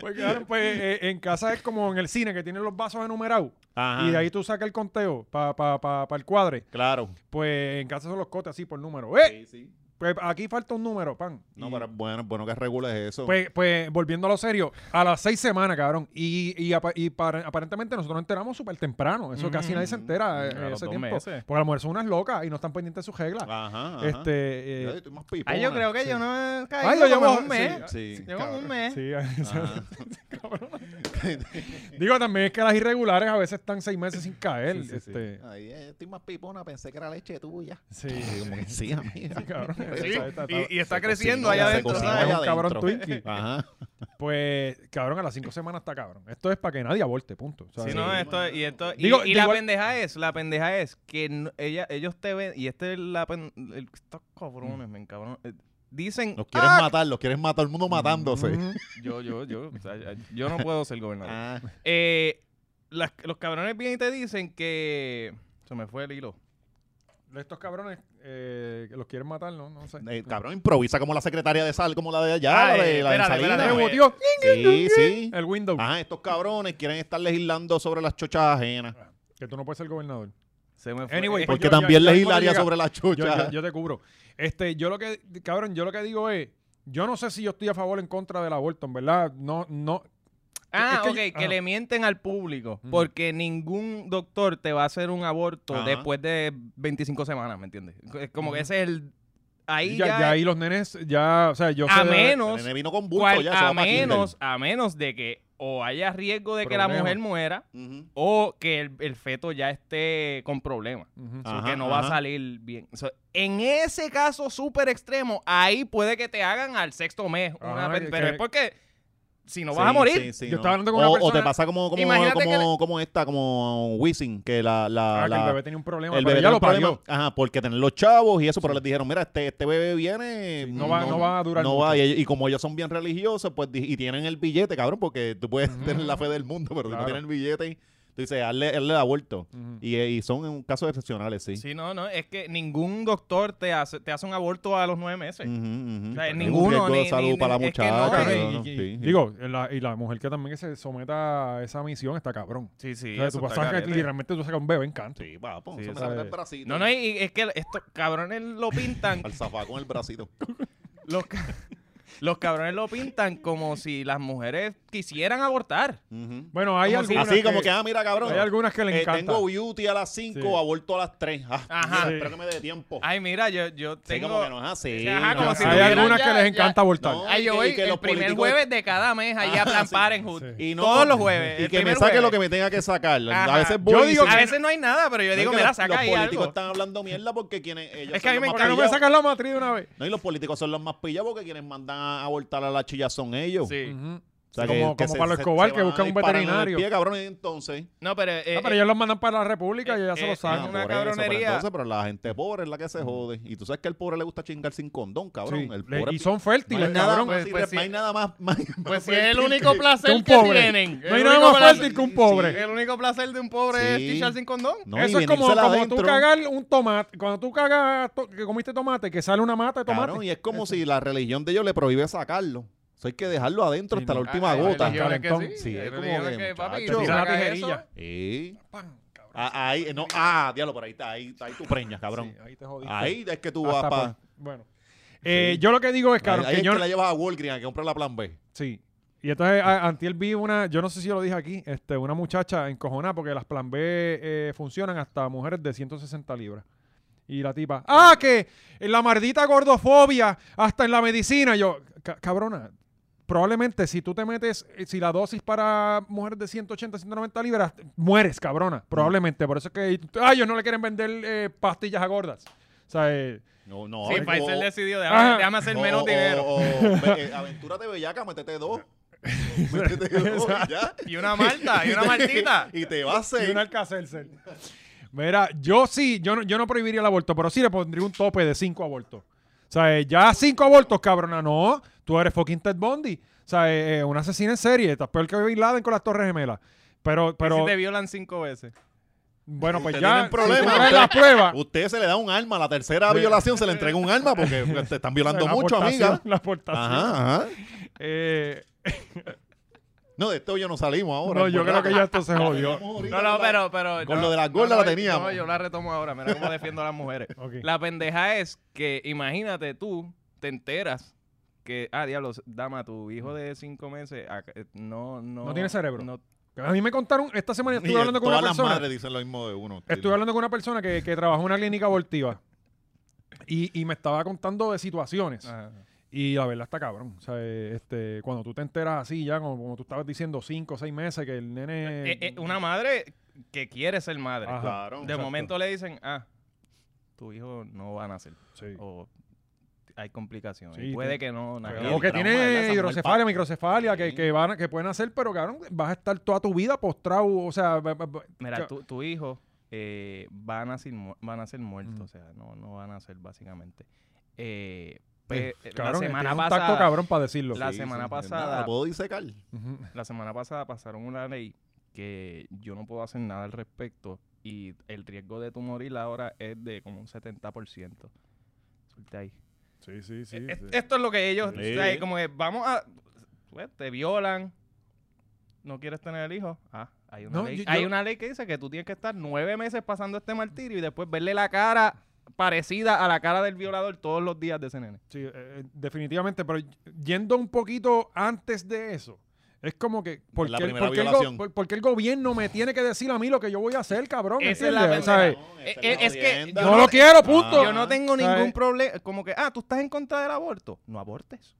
pues claro, pues eh, en casa es como en el cine que tienen los vasos enumerados Ajá. y de ahí tú sacas el conteo para pa, pa- pa el cuadre. Claro. Pues en casa son los cotes así por número. ¡Eh! Sí, sí. Pues aquí falta un número, pan. No, Y- pero es bueno, es bueno que regules eso. Pues, pues, volviendo a lo serio, a las seis semanas, cabrón. Y, y, apa- y para- aparentemente nosotros nos enteramos súper temprano. Eso casi nadie se entera eh, A los ese dos tiempo. meses. Porque a lo mejor son unas locas y no están pendientes de sus reglas. Ah, ajá, ajá. este, eh, Ay, estoy más pipona. Ay, yo creo que yo no he caído Ay, yo como llevo- en un mes. Sí. Llevo como un mes. Sí, <laughs> <laughs> Ajá. Digo, también es que las irregulares a veces están seis meses sin caer. este, Ay, eh, estoy más pipona, pensé que era leche tuya. sí. <laughs> Sí, como que sí, amiga. cabrón. Sí, Está- está- está- Y, y está Se creciendo cocinó, allá se adentro. cocinó ¿sabes? allá un cabrón adentro. Twinkie. Ajá. Pues, cabrón, a las cinco semanas está cabrón. Esto es para que nadie aborte, punto. O sea, Sí, sí. no, esto es- y esto y, Digo, y la igual- pendeja es, la pendeja es que no- ella, ellos te ven y este es la pen- el- estos Mm. cabrones, men, cabrón. eh, Dicen, Los quieres "Ah, matar, los quieres matar, todo el mundo matándose. Ujú. yo yo yo, o sea, yo no puedo ser gobernador. Ah, Eh, las- los cabrones vienen y te dicen que se me fue el hilo. Estos cabrones eh, que los quieren matar, ¿no? No sé. <laughs> eh, cabrón, improvisa como la secretaria de sal, como la de allá, Ah, la de eh, la de espérate, Salinas. espérate, Huevo, tío. Sí, sí. Ah. El Windows. Ajá, estos cabrones quieren estar legislando sobre las chochas ajenas. Que tú no puedes ser gobernador. Se me fue. Anyway, Eh, pues Porque yo- también yo- yo- legislaría yo- sobre las Yo, chochas. yo- yo te cubro. Este, yo lo que, cabrón, yo lo que digo es, yo no sé si yo estoy a favor o en contra del aborto, en verdad. No, no, ah, es que ok, que, yo- ajá. le mienten al público. Ujú. Porque ningún doctor te va a hacer un aborto Ajá. después de 25 semanas, ¿me entiendes? Es como que Ujú. ese es el. Ahí ya, ya, ya ahí los nenes, ya, o sea, yo a sé- El menos. nene vino con bulto cual- ya, se va a pa' Kindle. menos, a menos de que o haya riesgo de que la Problema. mujer muera Ujú. o que el, el feto ya esté con problemas. Ujú. So, Ajá, que no va a ajá. salir bien. So, en ese caso súper extremo, ahí puede que te hagan al sexto mes. una Ajá, pen- que- pero que- es porque si no Sí, vas a morir. sí, sí, Yo no. estaba hablando con o, una o te persona- pasa como, como, Imagínate como, que le- como esta, como Wisin, que la, la, Ah, que la- el bebé tenía un problema, el pero bebé ya tenía lo un problema. parió. Ajá, porque tener los chavos y eso, pero les dijeron, mira, este, este bebé viene. mm, no va- no va a durar No mucho. va, y, y como ellos son bien <laughs> religiosos, pues di- y tienen el billete, cabrón, porque tú puedes tener la fe del mundo, pero si no Claro. tienen el billete, Tú dices, hazle, hazle el aborto. y, eh, y son casos excepcionales, sí. Sí, no, no, es que ningún doctor te hace, te hace un aborto a los nueve meses. Ujú, ujú. O sea, Un ninguno, riesgo de ni- salud ni- para la es que no, Claro, muchacha. no, y- no, y- sí, y- sí. Digo, la, y la mujer que también que se someta a esa misión está cabrón. Sí, sí. O sea, eso tú está pasas que carete. literalmente tú sacas un bebé en canto. Sí, papo, Sí, eso me esa saca es- el bracito. No, no, y, y es que estos cabrones lo <laughs> pintan. Al zafá con el <laughs> bracito. los, ca- los cabrones lo pintan como si las mujeres quisieran abortar. Ujú. Bueno, hay Como si- algunas Así como que, ah, mira, cabrón. hay algunas que le eh, encantan. tengo beauty a las 5, Sí. aborto a las 3. Ajá. Ajá. Espero que me dé tiempo. Ay, mira, yo, yo Sí, tengo. como que no es así. Ajá, como no, si no. hay tuvieran algunas ya- que les ya- encanta abortar. Ah, No, Ay, y yo que- voy y que el los primer políticos- jueves de cada mes ahí a Ajá, Plan sí. Parenthood. Y no- Todos los jueves. Y el que me primer saque lo que jueves. me tenga que sacar. Ajá. A veces Yo voy y digo dicen- A veces no hay nada, pero yo No, digo, que mira, los, saca los ahí políticos algo. están hablando mierda porque quienes ellos Es son que a mí los me- más Porque no me pillados. sacan la matriz de una vez. No, y los políticos son los más pillados porque quienes mandan a abortar a la chilla son ellos. Sí. Ujú. O sea, Como- como Pablo Escobar, que van busca un disparando en el veterinario. Pie, cabrón, y entonces. No, pero. eh, Ah, pero eh, ellos los mandan para la República y ya se eh, lo Ah, sacan. una por eso, cabronería. Pero, entonces, pero la gente pobre es la que se jode. Y tú sabes que al pobre le gusta chingar sin condón, cabrón. Sí, El le- pobre y son fértiles, no hay nada, cabrón. más- pues, pues, no hay sí. nada más. <laughs> más- Pues más si es el fértil único que- Que placer un que pobre. tienen. No hay El nada único más placer- fácil que un Sí. pobre. El único placer de un pobre Sí. es chichar sin condón. No, Eso y es como, venírsela como tú adentro. cagar un tomate. Cuando tú cagas to- que comiste tomate, que sale una mata de tomate. Cabrón, y es como si la religión de ellos le prohíbe sacarlo. O sea, hay que dejarlo adentro Sí, hasta no. la última Hay gota. religión. religiones que Calentón. Sí, hay es como religiones que, que, papi, muchacho, tú te tiran la sacas tijerilla. eso. Sí. Pam, cabrón. Ah, ahí, no, ah, diablo, pero ahí está, ahí, ahí tú preñas, cabrón. Sí, ahí te jodiste. ahí es que tú vas Hasta para. por- Bueno. Eh, Yo lo que digo es, cabrón, ahí que es yo... que la llevas a Walgreens a que comprar la plan B. Sí. Y entonces a- antier vi una, yo no sé si yo lo dije aquí, este, una muchacha encojonada porque las plan B eh, funcionan hasta mujeres de 160 libras. Y la tipa, ah, que la maldita gordofobia hasta en la medicina. Y Yo, "Ca- cabrona, probablemente si tú te metes, eh, si la dosis para mujeres de 180, 190 libras, mueres, cabrona, probablemente. Por eso es que, ah, ellos no le quieren vender eh, pastillas a gordas. O sea, eh, No, no. Sí, o- Pfizer o- decidió, Ajá. déjame, déjame hacer o- menos o- dinero. O, ve- eh, aventúrate bellaca, métete <laughs> dos. métete dos y ya. Y una malta, y <laughs> una maltita. y te vas a y seis. un Alka-Seltzer. Mira, yo sí, yo no, yo no prohibiría el aborto, pero sí le pondría un tope de cinco abortos. O sea, eh, ya cinco abortos, cabrona, no. Tú eres fucking Ted Bundy. O sea, eh, eh, un asesino en serie. Estás peor que Bin Laden con las Torres Gemelas. Pero, Pero, pero, si te violan cinco veces. bueno, pues Ustedes ya. tienen problemas, si tú traes ustedes- la prueba. Usted se le da un alma, la tercera violación se le entrega un alma porque pues, te están violando la mucho, aportación, amiga. La aportación. Ajá, ajá. Eh, No, de esto yo no salimos ahora. no, yo creo que ya esto se jodió. No, no, pero, pero. Con no, lo de las no, gordas no, la teníamos. No, yo la retomo ahora. Mira cómo defiendo a <laughs> las mujeres. Ok. La pendeja es que, imagínate tú, te enteras que, ah, diablo, dama, tu hijo de cinco meses ah, eh, no, no. No tiene cerebro. no- A mí me contaron, esta semana Ni estuve hablando con todas una las persona. madres dicen lo mismo de uno. Estuve hablando con una persona que, que trabajó en una clínica abortiva y, y me estaba contando de situaciones. Ajá. Y la verdad está cabrón. O sea, eh, este, cuando tú te enteras así, ya como, como tú estabas diciendo, cinco o seis meses que el nene. Eh, eh, una madre que quiere ser madre. Ajá. Claro. De Exacto. momento le dicen, ah, tu hijo no va a nacer. Sí. O hay complicaciones. Sí, puede tú- que no nazca. O que el trauma, ¿verdad? Esa tiene mujer hidrocefalia, pa- microcefalia, que, Sí. que, van, a- que pueden hacer, pero cabrón, vas a estar toda tu vida postrado. O sea, ba- ba- ba- Mira, ca- tu, tu hijo eh, va, a nacer, mu- van a ser muerto, Ujú. o sea, no, no van a ser básicamente. Eh, pe- eh, cabrón, la semana tienes un pasada, tacto cabrón para decirlo. La semana pasada- Lo puedo disecar. Ujú. la semana pasada pasaron una ley que yo no puedo hacer nada al respecto y el riesgo de tu morir ahora es de como un 70%. Suelta ahí. Sí, sí, sí. Eh, sí. Esto es lo que ellos, o sea, Sí. como que vamos a, pues, te violan, no quieres tener el hijo, ah, hay una, No, ley, yo- hay yo- una ley que dice que tú tienes que estar nueve meses pasando este martirio y después verle la cara parecida a la cara del violador todos los días de ese nene. Sí, eh, eh, definitivamente, pero y- yendo un poquito antes de eso, es como que, ¿por La qué, el- primera por qué el, violación. go- por- por qué el gobierno me tiene que decir a mí lo que yo voy a hacer, cabrón? Esa es la ¿Entiendes? O sea, pendeja. Eh, eh, es que yo yo no no- lo quiero, punto. Ah. Yo no tengo ¿Sabes? ningún problema, como que, ah, tú estás en contra del aborto, no abortes.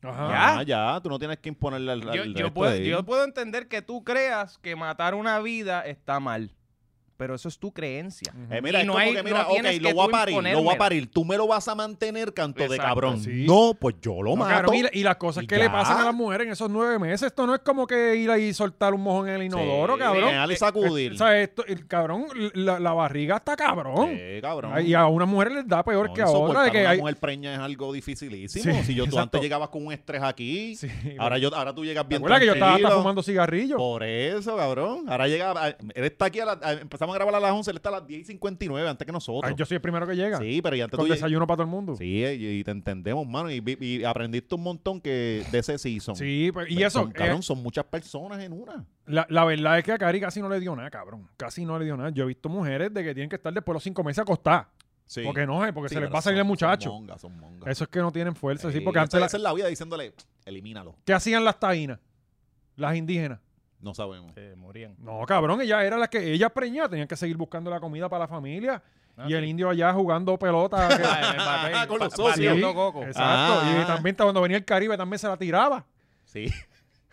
Ajá. Ya, Ah, ya, tú no tienes que imponerle al. Yo, yo puedo, yo puedo entender que tú creas que matar una vida está mal. pero eso es tu creencia. Eh, mira, Y es no como hay- que, mira, no ok, tienes lo que voy a tú parir, lo voy a imponérmela. parir. Tú me lo vas a mantener, canto de Exacto, cabrón. sí. No, pues yo lo No, mato. cabrón, y, la- y las cosas Y que ya. le pasan a las mujeres en esos nueve meses, esto no es como que ir ahí y soltar un mojón en el inodoro, Sí, cabrón. Eh, dale sacudir. O sea, esto, el cabrón, la, la barriga está cabrón. Sí, cabrón. Ay, Y a una mujer les da peor No, que y ahora. soportar De que una hay... mujer preña es algo dificilísimo. Sí, si yo tú exacto. antes llegabas con un estrés aquí, Sí, ahora yo ahora tú llegas ¿Te bien acuerdas que yo estaba hasta tranquilo. fumando cigarrillos? Por eso, cabrón. Ahora llega. a- Él está aquí a las. a- Empezamos a grabar a las 11, él está a las 10 y 59, antes que nosotros. Ay, yo soy el primero que llega. sí, pero ya antes tú. con lleg- desayuno para todo el mundo. Sí, y, y te entendemos, mano. Y, vi- y aprendiste un montón que de ese season. Sí, pues, y Pero, eso, son, cabrón, eh, son muchas personas en una. la, la verdad es que a Cari casi no le dio nada, cabrón. Casi no le dio nada. Yo he visto mujeres de que tienen que estar después de los cinco meses acostadas. Sí. Porque no, eh, porque Sí, se les pero va a salir el son- muchacho. Son mongas, son mongas. Eso es que no tienen fuerza, sí, Sí, porque antes esa, la- esa es la vida diciéndole, elimínalo. ¿qué hacían las taínas? Las indígenas. No sabemos. Eh, morían. No, cabrón, ellas eran las que ellas preñadas, tenían que seguir buscando la comida para la familia Ah, y el sí. indio allá jugando <laughs> pelota. que- Ah, en el Eh, papel, Con los pa- socios. batiendo Sí, coco. Exacto. Ah. Y también cuando venía el Caribe también se la tiraba. Sí.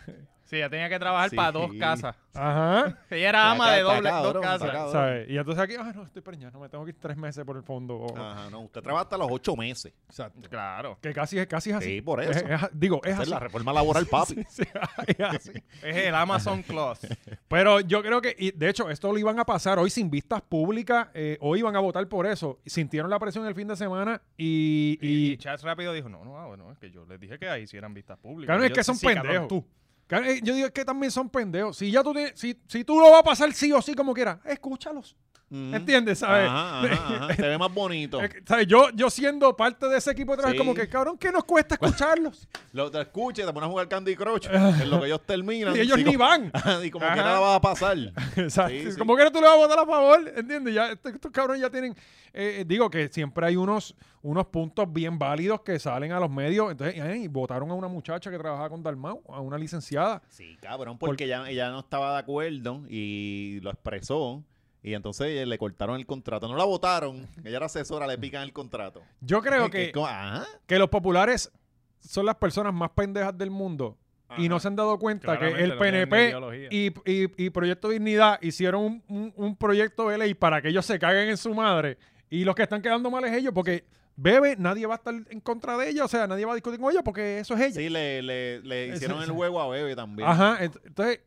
Eh, Sí, ella tenía que trabajar Sí. para dos casas. Ajá. Ella era ama Está de acá, doble, está dos cabrón, está casas. cabrón. ¿sabes? Y entonces aquí, ah, no, estoy preñada, no me tengo que ir tres meses por el fondo. o- Ajá, no. Usted trabaja hasta los ocho meses. Exacto. Claro. Que casi, es- casi es así. Sí, por eso. Es- es- digo, es Esa es así. <laughs> la reforma laboral, papi. Sí, es así. Es el Amazon Clause. Pero yo creo que, y de hecho, esto lo iban a pasar hoy sin vistas públicas, eh, hoy iban a votar por eso. Sintieron la presión el fin de semana y... Y, y- y Chats rápido dijo, no, no, ah, bueno, es que yo les dije que ahí hicieran vistas públicas. cabrón, es Yo, que son sí, cabrón, pendejos. tú. Cabrón, eh, yo digo es que también son pendejos. Si ya tú tienes- si, si tú lo vas a pasar sí o sí como quieras, escúchalos. Ujú. ¿Entiendes? ¿Sabes? Mm. Ajá, <laughs> ajá, ajá. Se ve más bonito. Es que, ¿sabes? Yo, yo siendo parte de ese equipo otra vez, Sí. como que, cabrón, ¿qué nos cuesta escucharlos? Lo, te escuchas, te pones a jugar <laughs> Candy Crush. en lo que ellos terminan. y ellos sí, ni como- van. <laughs> y como Ajá. que nada va a pasar. <laughs> Exacto. Sí, sí. Como que no tú le vas a votar a favor, ¿entiendes? Ya, estos, estos cabrones ya tienen. eh, eh, digo que siempre hay unos, unos puntos bien válidos que salen a los medios. Entonces, ay, votaron a una muchacha que trabajaba con Dalmau, a una licenciada. Sí, cabrón, porque ella, ella no estaba de acuerdo y lo expresó. Y entonces eh, le cortaron el contrato. No la votaron. Ella era asesora, le pican el contrato. Yo creo Es que, es como, ah, ajá. que los populares son las personas más pendejas del mundo y no se han dado cuenta que Claramente el no tienen PNP ideología. y, y- y Proyecto Dignidad hicieron un, un- un proyecto de ley para que ellos se caguen en su madre. Y los que están quedando mal es ellos porque. Bebe, nadie va a estar en contra de ella, o sea, nadie va a discutir con ella porque eso es ella. Sí, le, le, <laughs> le Eso- hicieron el eso. juego a Bebe también. Ajá, ent- entonces,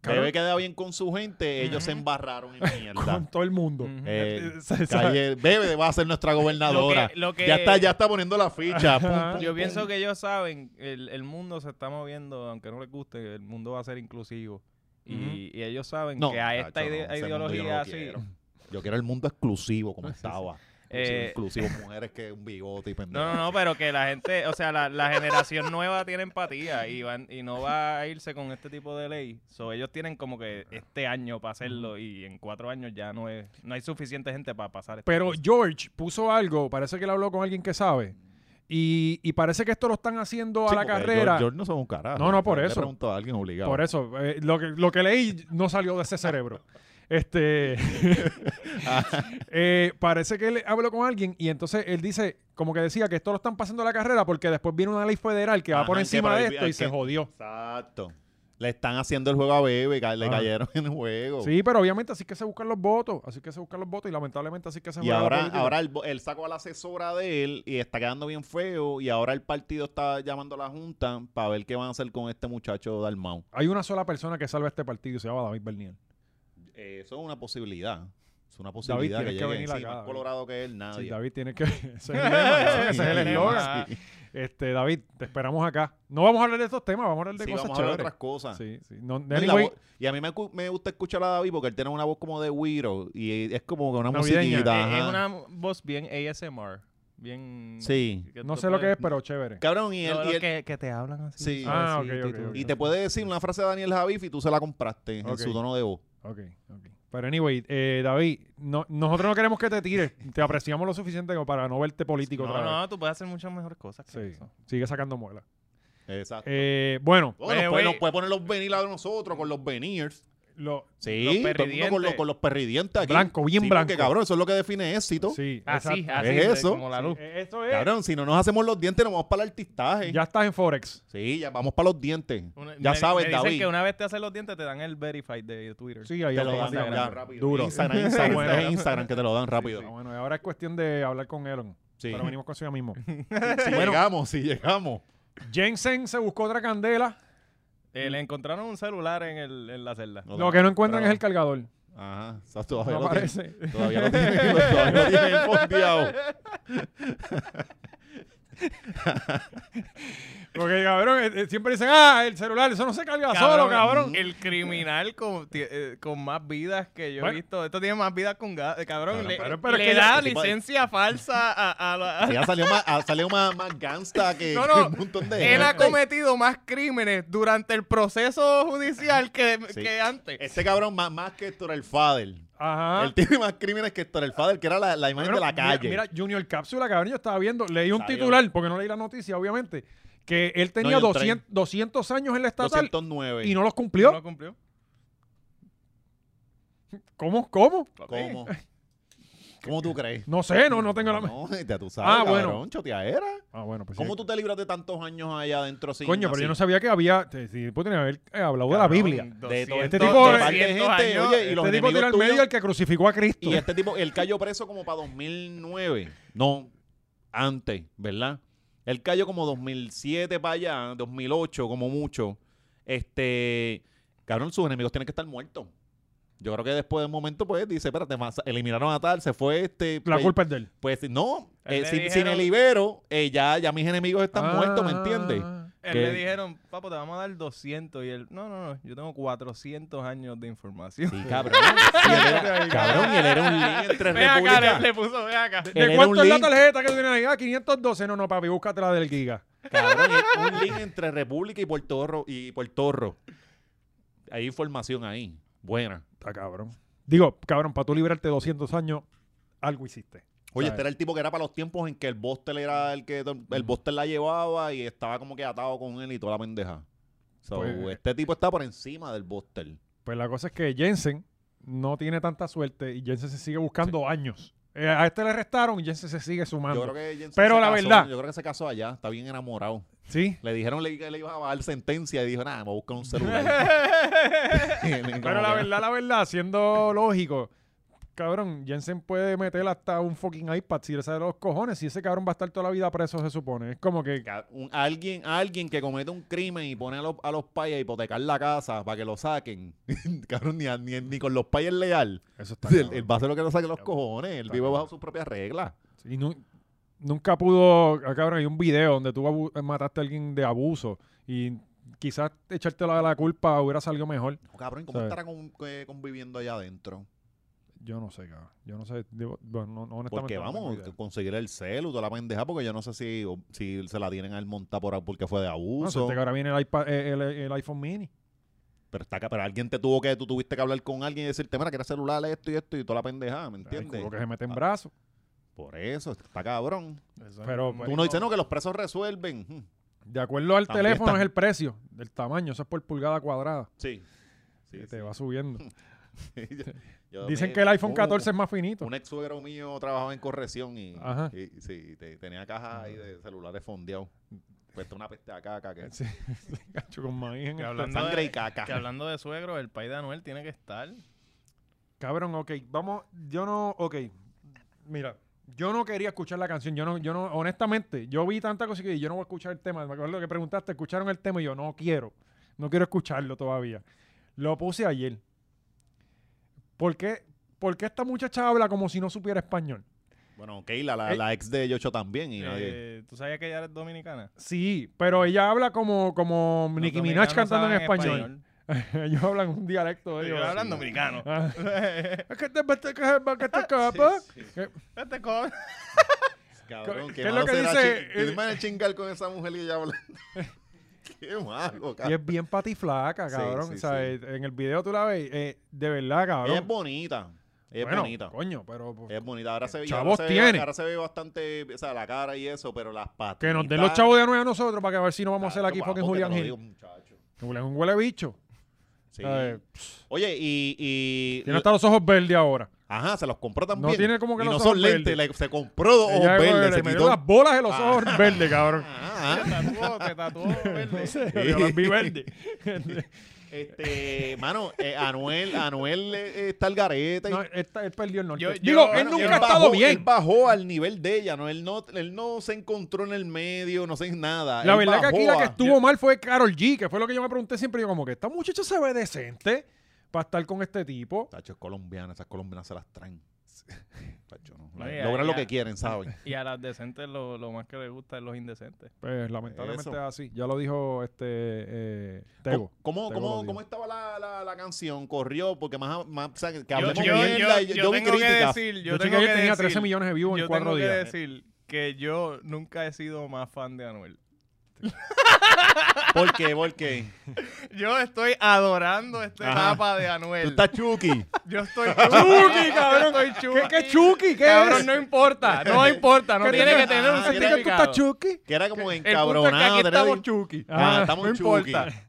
cabrón, Bebe quedaba bien con su gente, ellos se embarraron en mierda. con todo el mundo. Ujú. Eh, <laughs> O sea, Calle- Bebe va a ser nuestra gobernadora. Lo que- lo que- Ya está, ya está poniendo la ficha. Pum, pum, Yo pum. pienso que ellos saben, el, el mundo se está moviendo, aunque no les guste, el mundo va a ser inclusivo. Y, y ellos saben No, que a esta chacho, no, ide- ese mundo yo no lo ideología así. quiero. Yo quiero el mundo exclusivo <laughs> como estaba. Eh, Inclusivo, <laughs> inclusivo mujeres que un bigote y pendejo. No, no, no, pero que la gente, o sea, la, la generación nueva tiene empatía y van y no va a irse con este tipo de ley. So, ellos tienen como que este año para hacerlo y en cuatro años ya no es, no hay suficiente gente para pasar. este esto. Pero George puso algo, parece que él habló con alguien que sabe. Y, y parece que esto lo están haciendo a la carrera. Yo, no soy un carajo. No, no, por eso. Le pregunto a alguien obligado. Por eso, eh, lo, que, lo que leí no salió de ese cerebro. <laughs> Este. Ah. eh, parece que él habló con alguien y entonces él dice, como que decía que esto lo están pasando a la carrera porque después viene una ley federal que va Ajá, por que encima de prohibi- esto y que- se jodió. Exacto. Le están haciendo el juego a Bebe, ca- le Ah. cayeron <laughs> en el juego. Sí, pero obviamente así que se buscan los votos, así que se buscan los votos y lamentablemente así que se Y juega la ahora, política. ahora él, él sacó a la asesora de él y está quedando bien feo. Y ahora el partido está llamando a la Junta para ver qué van a hacer con este muchacho Dalmau. Hay una sola persona que salva este partido y se llama David Bernier. Eh, Eso es una posibilidad. Es una posibilidad tienes que que llegue venir encima, acá, más David. colorado que él, nadie. Sí, David tiene que. <laughs> Ese <laughs> es el lema, ese es el Ah, Sí, eslogan. Ah, Este, David, te esperamos acá. No vamos a hablar de estos temas, vamos a hablar de Sí, cosas vamos a hablar de chéveres. otras cosas. Sí, sí. No, No, y, la anyway, voz- y a mí me, cu- me gusta escuchar a David porque él tiene una voz como de Wiro y es como que una Navideña. musiquita. es, es ajá. una voz bien ASMR, bien... Sí. no sé lo que es, pero chévere. Cabrón, y él. y él- que, que te hablan así. Sí. Ah, ok, suavecito y ok, todo. ok. Y te puede decir una frase de Daniel Javif y tú se la compraste en Ok. su tono de voz. Ok, ok. Pero anyway, eh, David, no- nosotros no queremos que te tires. Te apreciamos lo suficiente como para no verte político No, otra vez. no, tú puedes hacer muchas mejores cosas que Sí, eso. sigue sacando muela. Exacto. Eh, bueno, Bueno, pues, Oye, nos, puede, güey. nos puede poner los venirs a nosotros con los venirs. Lo, Los Sí, todo el mundo con, perridientes. los, con los perridientes aquí. Blanco, bien Sí, blanco. Porque, cabrón, eso es lo que define éxito. Ah, sí, Así, exacto. así. Es de- eso. Como la luz. Eh, Esto es. Cabrón, si no nos hacemos los dientes, nos vamos para el artistaje. Ya estás en Forex. Sí, ya vamos para los dientes. Una- ya me- sabes, me dicen Pues, David. que una vez te haces los dientes te dan el verified de Twitter. Sí, ahí Te lo ahí dan está. Instagram. ya rápido. Duro. Instagram, Instagram. Bueno. Es Instagram que te lo dan rápido. Ah, Bueno, y ahora es cuestión de hablar con Elon. Sí. Pero venimos con eso ya <laughs> mismo. Si llegamos, si llegamos. Jensen se buscó otra candela. Mm. Eh, le encontraron un celular en, el, en la celda. Lo que no encuentran es el cargador. Ajá, o sea, No todavía, lo tiene, aparece. todavía lo tiene. Todavía lo tiene el fondeado. <laughs> Porque, cabrón, eh, eh, siempre dicen, ah, el celular, eso no se carga solo, cabrón. El criminal con, ti- eh, con más vidas que yo Bueno. he visto. Esto tiene más vidas con ga- eh, cabrón. le pero- pero le es que da ya- licencia falsa a, a la- Ya salió más, ah, salió más, más gangsta que, No, que no. un montón de <laughs> Él ha gente. cometido más crímenes durante el proceso judicial que, Sí. que antes. Este cabrón más, más que Héctor el Fader. Ajá. Él tiene más crímenes que Héctor el Fader, que era la, la imagen Ah. Bueno, de la mira- calle. Mira, Junior Cápsula, cabrón, yo estaba viendo, leí un Salió. titular, porque no leí la noticia, obviamente, que él tenía y un 200, 200 años en la estatal 209. y no los No cumplió. lo cumplió. ¿Cómo? ¿Cómo? Eh, <laughs> ¿Cómo? ¿Cómo tú crees? No sé, no, no tengo la... No, ya tú sabes, Ah, cabrón, bueno. choteadera. Ah, bueno, pues sí. ¿Cómo tú te libras de tantos años allá adentro sin Coño, pero así? yo no sabía que había... te- Si pueden haber eh, hablado de la Biblia. De todo 200, Este tipo- de par de 200 gente, años. oye, y los Este tipo tiró enemigos al tuyos- medio al que crucificó a Cristo. Y este tipo, él cayó preso como para 2009. No, antes, ¿verdad? Él cayó como 2007 para allá, 2008 como mucho. Este, cabrón, sus enemigos tienen que estar muertos. Yo creo que después de un momento, pues, dice, espérate, mas- eliminaron a tal, se fue este. La pues, culpa es de él. Pues, no, Él eh, le si, si dijeron- me libero, eh, ya, ya mis enemigos están Ah. muertos, ¿me entiendes? Él que- le dijeron, papo, te vamos a dar 200. Y él, no, no, no, yo tengo 400 años de información. <laughs> Sí, cabrón. Y él <laughs> era- cabrón, y él era un líder entre Ve acá, le, repúblicas. le puso, ve acá. ¿De Él era cuánto un es la link. tarjeta que tú tienes ahí? Ah, 512. No, no, papi, búscate la del giga. Cabrón, es un link entre República y Puerto Rico. Y Puerto Rico. Hay información ahí. Buena. Está cabrón. Digo, cabrón, para tú librarte 200 años, algo hiciste. Oye, ¿Sabes? este era el tipo que era para los tiempos en que el Bostel era el que el Bostel la llevaba y estaba como que atado con él y toda la pendeja. So, Pues- este tipo está por encima del Bostel. Pues la cosa es que Jensen no tiene tanta suerte y Jensen se sigue buscando años. Eh, a este le restaron y Jensen se sigue sumando. Yo creo que Jensen Pero se la casó, verdad- Yo creo que se casó allá, está bien enamorado. Sí. Le dijeron le- que le iba a bajar sentencia y dijo, nada, me voy a buscar un celular. <laughs> <laughs> Pero la verdad, la verdad, siendo lógico, cabrón, Jensen puede meter hasta un fucking iPad si le sale los cojones y ese cabrón va a estar toda la vida preso, se supone. Es como que... Ca- un- alguien, alguien que comete un crimen y pone a los, a los payas a hipotecar la casa para que lo saquen. <laughs> cabrón, ni, a- ni, ni con los payas leal. Eso está El, cabrón. el va a hacer lo que lo saquen los cojones. Él Está vive cabrón. bajo sus propias reglas. Y nu- nunca pudo, ah, cabrón, hay un video donde tú abu- mataste a alguien de abuso y quizás echarte la, la culpa hubiera salido mejor. No, cabrón, ¿cómo Sí. estará con- eh, conviviendo allá adentro? Yo no sé, cabrón. Yo no sé, digo, bueno, no, no, honestamente. Porque no tengo vamos, idea. conseguir el celu, toda la pendeja, porque yo no sé si, o- si se la tienen al montar por, porque fue de No, abuso. suerte que ahora viene el, iPad, eh, el, el iPhone mini. pero, está, ca- pero alguien te tuvo que, tú tuviste que hablar con alguien y decirte, mira, que era celular esto y esto y toda la pendeja, ¿me Ay, entiendes? culo que se mete en Ah, brazos. Por eso, está cabrón. Pero pues, Tú no dices, no, que los presos resuelven. Hm. de acuerdo al También teléfono está- es el precio, del tamaño, eso es por pulgada cuadrada. Sí. que te va subiendo. <laughs> Yo Dicen me- que el iPhone un- 14 es más finito. Un ex suegro mío trabajaba en corrección y, Ajá. y- sí, te- tenía cajas ahí de celulares fondeados. Puesta una peste a <laughs> caca. <laughs> Que, Sí, sí, cacho, con maíz en Que el hablando sangre de- eh, y caca. Que hablando de suegro, el país de Anuel tiene que estar. Cabrón, ok, vamos, yo no, ok, mira, yo no quería escuchar la canción, yo no, yo no, honestamente, yo vi tanta cosa que yo no voy a escuchar el tema, me acuerdo que preguntaste, escucharon el tema y yo no quiero, no quiero escucharlo todavía. Lo puse ayer. ¿Por qué, por qué esta muchacha habla como si no supiera español? Bueno, Keila, la, Eh. la ex de Yocho también y nadie. Eh, ¿Tú sabías que ella es dominicana? Sí, pero ella habla como, como Los Nicki Minaj dominicanos cantando en saben español. <laughs> Ellos hablan un dialecto de Ellos ellos. hablan dominicano. <laughs> Ah. Es que te metes que es que te capa. Eh, Que- Este co- Cabrón, ¿Qué- qué, qué es malo lo que será dice eh? chi- el- Te imaginas chingar con esa mujer y <laughs> ella hablando. qué malo, Y cabrón. es bien patiflaca, Sí, cabrón. sí, o sea, sí. eh, en el video tú la ves, eh, de verdad, cabrón. Ella es bonita. Ella es Bueno, bonita. Coño, pero pues, Es bonita. Ahora se ve, Chavos ahora se ve- tiene. ahora se ve bastante, o sea, la cara y eso, pero las patas. que nos den los chavos de nuevo a nosotros para que a ver si no vamos a hacer aquí fucking Julián Gil. Gil. Julián es un huele bicho. Sí. ¿sabes? Pss, Oye, y. y Tiene hasta los ojos verdes ahora. Ajá, se los compró también. No tiene como que y los no ojos son lentes, verdes. le- se compró dos ojos Ella, eh, verdes. le Se metió quitó- Ah. las bolas en los ojos verdes, <laughs> cabrón. Ajá, ajá. tatuó, te tatuó verde. <laughs> Yo las vi verdes. Este, mano, eh, Anuel, Anuel eh, está al garete. Este, No, él, está- él perdió el norte. Yo- Digo, yo- él bueno, nunca Él ha estado bajó- Él bien. bajó al nivel de ella, ¿no? Él no, él no se encontró en el medio, no sé en nada. La Él verdad que aquí la bajó que a- estuvo mal fue Carol G, que fue lo que yo me pregunté siempre. Yo como que esta muchacha se ve decente para estar con este tipo. Tacho, es colombiana, esas colombianas se las traen. <laughs> Tacho, no. La- No, ya, logran lo ya. que quieren, ¿sabes? Y a las decentes lo, lo más que les gusta es los indecentes. Pues lamentablemente Eso. es así. Ya lo dijo este eh, Tego. ¿Cómo, cómo, Tego lo cómo, dijo. cómo estaba la, la, la canción? Corrió, porque más, más o sea, que Yo, hablemos yo, bien, yo, la- vi yo tengo que críticas. decir, Yo yo chequeé tengo que que tenía 13 decir- millones de views en yo cuatro tengo <laughs> que días. decir que yo nunca he sido más fan de Anuel. <laughs> ¿Por qué? ¿Por qué? <laughs> Yo estoy adorando esta Ajá. etapa de Tú Anuel. estás Chucky. Yo estoy Chucky, cabrón. Estoy Chucky. ¿Qué, qué Chucky? ¿Qué Cabrón, es? no importa. No importa. No ¿Qué tiene tú- <laughs> que tener un ah, ¿Sentí que tú significado. estás Chucky? Que era como El punto es que encabronado. aquí tenés- estamos Chucky. Ah, Ah, estamos no en Chucky. importa.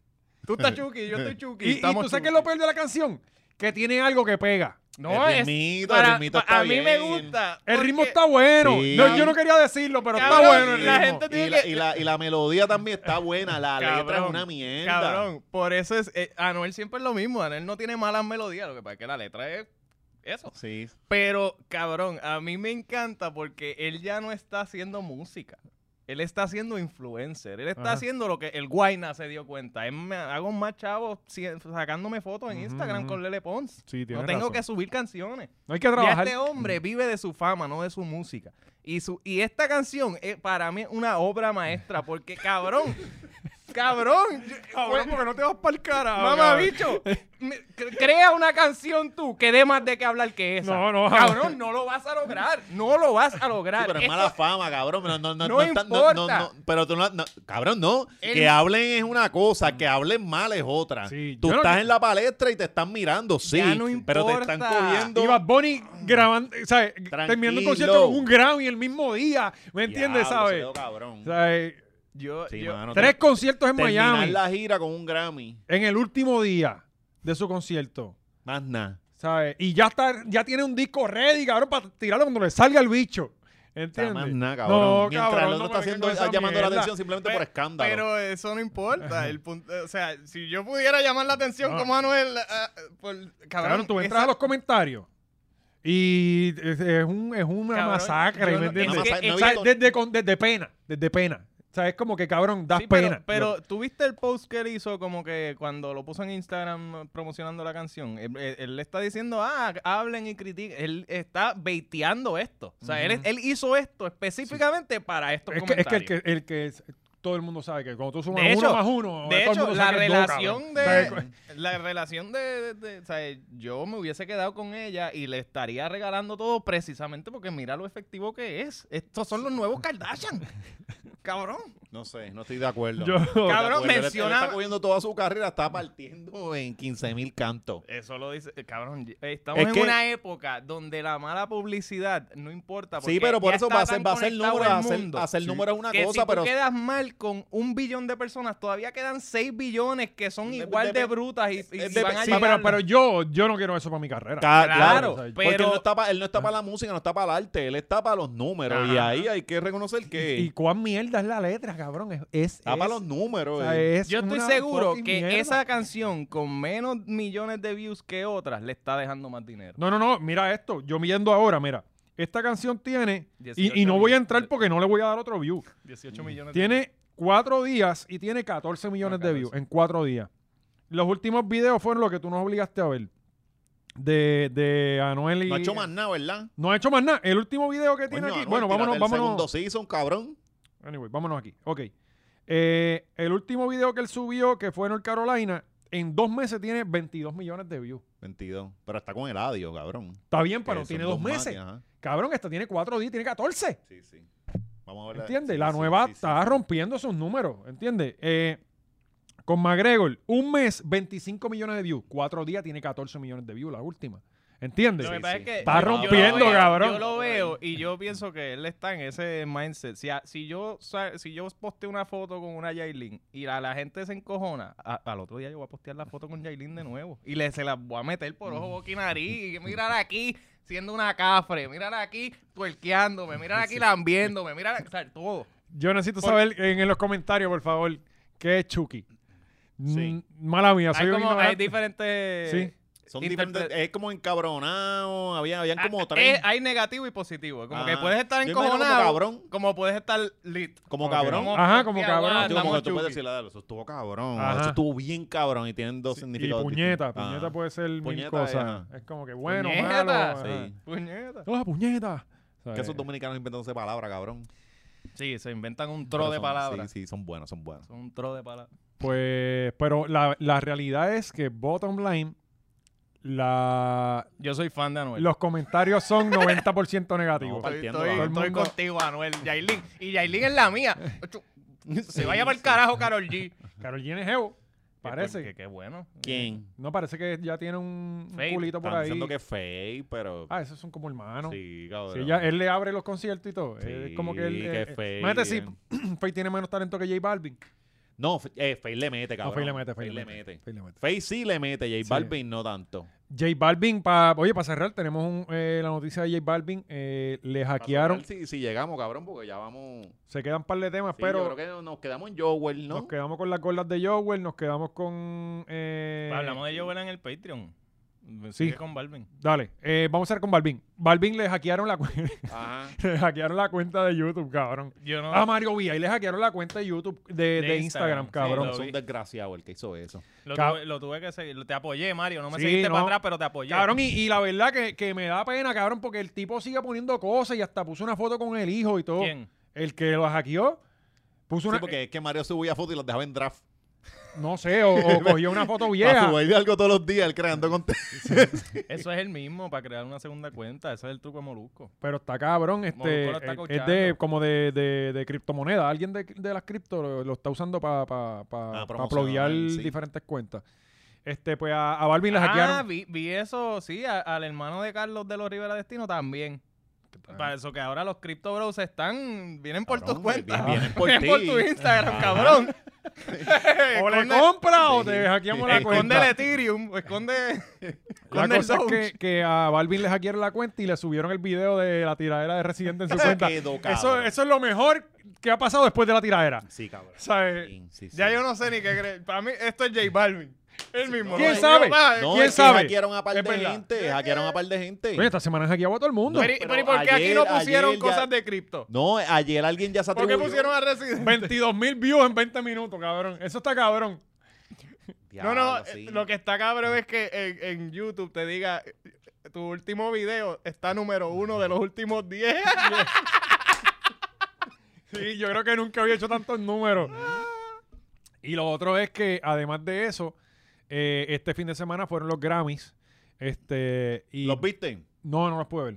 Tú estás Chucky, yo estoy Chucky. Y, y estamos tú sabes Chucky. que es lo peor de la canción, que tiene algo que pega. No, El es. ritmito, para- el ritmito pa- está a mí me bien. gusta. El porque- ritmo está bueno. Sí. No, yo no quería decirlo, pero está Cabrón, bueno el la ritmo. gente Y tiene la, que- y, la, y la melodía también está buena. La letra es una mierda. Cabrón, por eso es. eh, Anuel siempre es lo mismo. Anuel no tiene malas melodías. Lo que pasa es que la letra es eso. Sí. Pero, cabrón, a mí me encanta porque él ya no está haciendo música. Él está haciendo influencer. Él está Ajá. haciendo lo que el Guayna se dio cuenta. Él me- hago más chavos si- sacándome fotos en Ujú, Instagram ujú. con Lele Pons. Sí, no tienes tengo razón. que subir canciones. No hay que Ya trabajar. Mm. este hombre vive de su fama, no de su música. Y, su, y esta canción es para mí una obra maestra <laughs> porque, cabrón, cabrón, yo- Cabrón, porque no te vas para el carajo. Mamá, cabrón. bicho, <laughs> me- cre- crea una canción tú que dé más de qué hablar que esa. No, no. Cabrón, no lo vas a lograr. No lo vas a lograr. Sí, pero es Esto- mala fama, cabrón. No, no, no, No no está- no- no- importa. no, pero tú no, no- cabrón, no. El- Que hablen es una cosa, que hablen mal es otra. Sí, tú yo no- estás en la palestra y te están mirando, sí. Ya no pero te están importa. cogiendo. Y Bad Bunny grabando, o sea, terminando un concierto con un Grammy el mismo día, ¿me entiendes? Diablo, se ¿Sabes? quedó cabrón. O sea, eh, Yo, Sí, yo- mano, tres ter- conciertos en terminar Miami la gira con un Grammy. en el último día de su concierto, Más nada. ¿sabes? Y ya está, ya tiene un disco ready, cabrón, para tirarlo cuando le salga el bicho. Está ¿Entiendes? más nada, cabrón. Mientras el cabrón, otro no está me vengas haciendo, con esa llamando la mierda. atención simplemente por Pe- escándalo. pero eso no importa. El punto, o sea, si yo pudiera llamar la atención como Anuel, ah, por- cabrón, Cabrón, tú entras esa- a los comentarios y es, es un, es una Cabrón, masacre, yo ¿me no- entiendes? es que- O sea, no he visto- desde, con- desde pena, desde pena. O sea, es como que, cabrón, das Sí, pero- pena. Pero, ¿tuviste el post que él hizo como que cuando lo puso en Instagram promocionando la canción? Él, él- él le está diciendo, ah, hablen y critiquen. Él está baiteando esto. O sea, él, él hizo esto específicamente para estos es que, es que comentarios. el que, el que es- todo el mundo sabe que cuando tú sumas De uno hecho, más uno, todo de el hecho, mundo la sabe que es dos, relación cabrón. ¿Sabes? de, la relación de, de- de- o sea, yo me hubiese quedado con ella y le estaría regalando todo precisamente porque mira lo efectivo que es. Estos son los nuevos <laughs> Kardashian. Cabrón. No sé, no estoy de acuerdo. Yo- No estoy de Cabrón, acuerdo. Él- él mencionaba- está cogiendo toda su carrera, está partiendo en 15 mil cantos. Eso lo dice, eh, cabrón, y- eh, estamos Es en que- una época donde la mala publicidad no importa. Sí, pero por ya eso está va a ser, tan va a ser conectado números, el hacer, mundo hacer números es una que cosa, si tú pero quedas mal con un billón de personas, todavía quedan 6 billones que son De- igual de, de- brutas y, y de- van a Sí, llegar- pero, pero yo, yo no quiero eso para mi carrera. Ca- Claro, claro, o sea, porque él pero- no está para la música, no está para el arte, él está para los números y ahí hay que reconocer que ¿Y cuán mierda es la letra, cabrón? Es, es, está para es- los o números. sea, eh. es yo estoy una seguro fucking que mierda. esa canción con menos millones de views que otras le está dejando más dinero. No, no, no, mira esto. Yo miendo ahora, mira. Esta canción tiene, y, y 18 no voy a views. entrar porque no le voy a dar otro view. Mm. 18 millones. de Tiene cuatro días y tiene 14 millones Ah, de views en cuatro días. Los últimos videos fueron los que tú nos obligaste a ver. De, de Anuel y... no ha hecho más nada, ¿verdad? No ha hecho más nada. El último video que tiene aquí... Coño, Anuel, Bueno, tírate vámonos, el segundo vámonos. season, cabrón. Anyway, vámonos aquí. Ok. Eh, el último video que él subió, que fue en el Carolina, en dos meses tiene 22 millones de views. 22, pero está con el adio, cabrón. Está bien, pero Que tiene son dos meses. máquinas, ajá. Cabrón, esta tiene cuatro días, tiene 14. Sí, sí. Vamos a ver. la- ¿Entiendes? sí, La sí, nueva sí, sí, está sí. rompiendo sus números, ¿entiendes? Eh, con McGregor, un mes, 25 millones de views. Cuatro días tiene 14 millones de views, la última. ¿Entiendes? Lo que pasa es que Está yo- yo lo rompiendo, veo- cabrón. Yo lo veo <laughs> y yo pienso que él está en ese mindset. Si, a- si yo sa- si yo posteo una foto con una Yailin y la, la gente se encojona, a- al otro día yo voy a postear la foto con Yailin de nuevo y le se las voy a meter por ojo, boca y nariz. Y mirar aquí siendo una cafre, mirar aquí tuerqueándome, mirar aquí lambiéndome, mirar o sea, todo. Yo necesito Por- saber en, en los comentarios, por favor, qué es Chucky. Sí. Mm, Mala mía, soy Hay, un como, hay ignorante. diferentes... Sí. Son Interpre- diferentes. Es como encabronado. Había, habían como Ah, tres. eh, hay negativo y positivo. Como que Ajá. puedes estar Yo imagino como encojonado. Como, cabrón. puedes estar lit. Como cabrón. Ajá, como hostia, cabrón. guau, Ah, digo, como andamos que tú puedes chuki. decir, "Ah, eso estuvo cabrón. Ajá. Eso estuvo bien cabrón y tienen dos Y significados. puñeta, distintos. puñeta Ajá. puede ser mil Puñeta, cosas. ajá. Es como que bueno, Puñeta, malo. ajá. sí. Puñeta. Ah, puñeta. Que esos dominicanos inventándose palabras, cabrón. Sí, se inventan un Pero tro de son- palabras. Sí, sí, son buenos, son buenos. Son un tro de palabras. Pues, pero la, la realidad es que bottom line, la, Yo soy fan de Anuel. los comentarios son 90% negativos. <laughs> No, estoy, Entiendo, estoy- todo el estoy mundo- contigo, Anuel. Yailin. <laughs> Y Yailin es la mía. Ocho, Se vaya para el carajo, Carol G. Carol G es Evo, parece. Que, que bueno. ¿Quién? No, parece que ya tiene un, un Fake. culito por Están ahí. diciendo que es fake, pero. Ah, esos son como hermanos. sí, cabrón. Si ella- él le abre los conciertos y todo. eh, es Sí, como que él. que eh, Feid, imagínate si eh. Faye tiene menos talento que J Balvin. No, F- eh, Faye le No, mete, cabrón. Faye le mete, Faye Faye le mete. Faye le mete. Faye sí le mete, J Balvin no tanto. J Balvin, pa- oye, para cerrar, tenemos un, eh, la noticia de J Balvin. eh, le hackearon. Si, si llegamos, cabrón, porque ya vamos. Sí, Se quedan un par de temas, yo pero creo que no- nos quedamos en Jowell, ¿no? nos quedamos con las gordas de Joel, nos quedamos con. eh, Hablamos de Joel en el Patreon. Sí. Sigue con Balvin. Dale, eh, vamos a ver con Balvin. Balvin le hackearon la, cuen- <laughs> Ajá. le hackearon la cuenta de YouTube, cabrón. Yo no. A Mario Villa y le hackearon la cuenta de YouTube, de, De de Instagram, Instagram, sí, cabrón. lo- Es vi. un desgraciado el que hizo eso. Lo Cab- tuve, lo tuve que seguir. Te apoyé, Mario. No me Sí, seguiste no. para atrás, pero te apoyé. Cabrón, y, y la verdad que, que me da pena, cabrón, porque el tipo sigue poniendo cosas y hasta puso una foto con el hijo y todo. ¿Quién? El que lo hackeó, puso Sí, una... porque es que Mario subía fotos y las dejaba en draft. No sé, o, <laughs> o cogió una foto Para vieja. subir algo todos los días, él creando contenido. Eso es el mismo para crear una segunda cuenta. Ese es el truco de Molusco. Pero está cabrón, este, Molusco lo está es- es coachando. de como de, de, de criptomonedas. Alguien de, de las cripto lo, lo está usando para pa, pa, Ah, pa promocionar, pluguear sí. diferentes cuentas. Este, pues a, a Balvin le Ah, hackearon. vi, vi eso, sí, a- al hermano de Carlos de los Rivera Destino también. Para eso que ahora los Crypto Bros están, vienen por Cabrón, tus cuentas. vi- vienen por <laughs> ti. tu Instagram, <laughs> cabrón. O le Esconde- compra o Sí. te hackeamos la Esconde el cuenta. Ethereum, <laughs> esconde... La esconde el cosa es Doge. que, que a Balvin le hackearon la cuenta y le subieron el video de la tiradera de Residente <laughs> en su Se cuenta. quedó, eso, cabrón. eso es lo mejor que ha pasado después de la tiradera. Sí, cabrón. O sea, eh, Sí, sí, sí. Ya yo no sé ni qué creer. Para mí, esto es J Balvin. El mismo. ¿Quién Yo, sabe? ah, No, ¿Quién es que sabe? Hackearon a par Es de verdad. gente. Hackearon a par de gente. oye, esta semana hackeaba a todo el mundo. Pero, pero pero ¿y por qué aquí ayer- no pusieron ayer ya- cosas de cripto? No, ayer alguien ya se ¿Por qué atribuyó. pusieron a Resident? 22 mil views en 20 minutos, cabrón. Eso está cabrón. No, Diablo, no, sí. eh, lo que está cabrón es que en, en YouTube te diga eh, tu último video está número uno de los últimos <laughs> 10. Sí, yo creo que nunca había hecho tantos números. Y lo otro es que, además de eso, eh, este fin de semana fueron los Grammys. Este, y ¿Los viste? No, no los pude ver.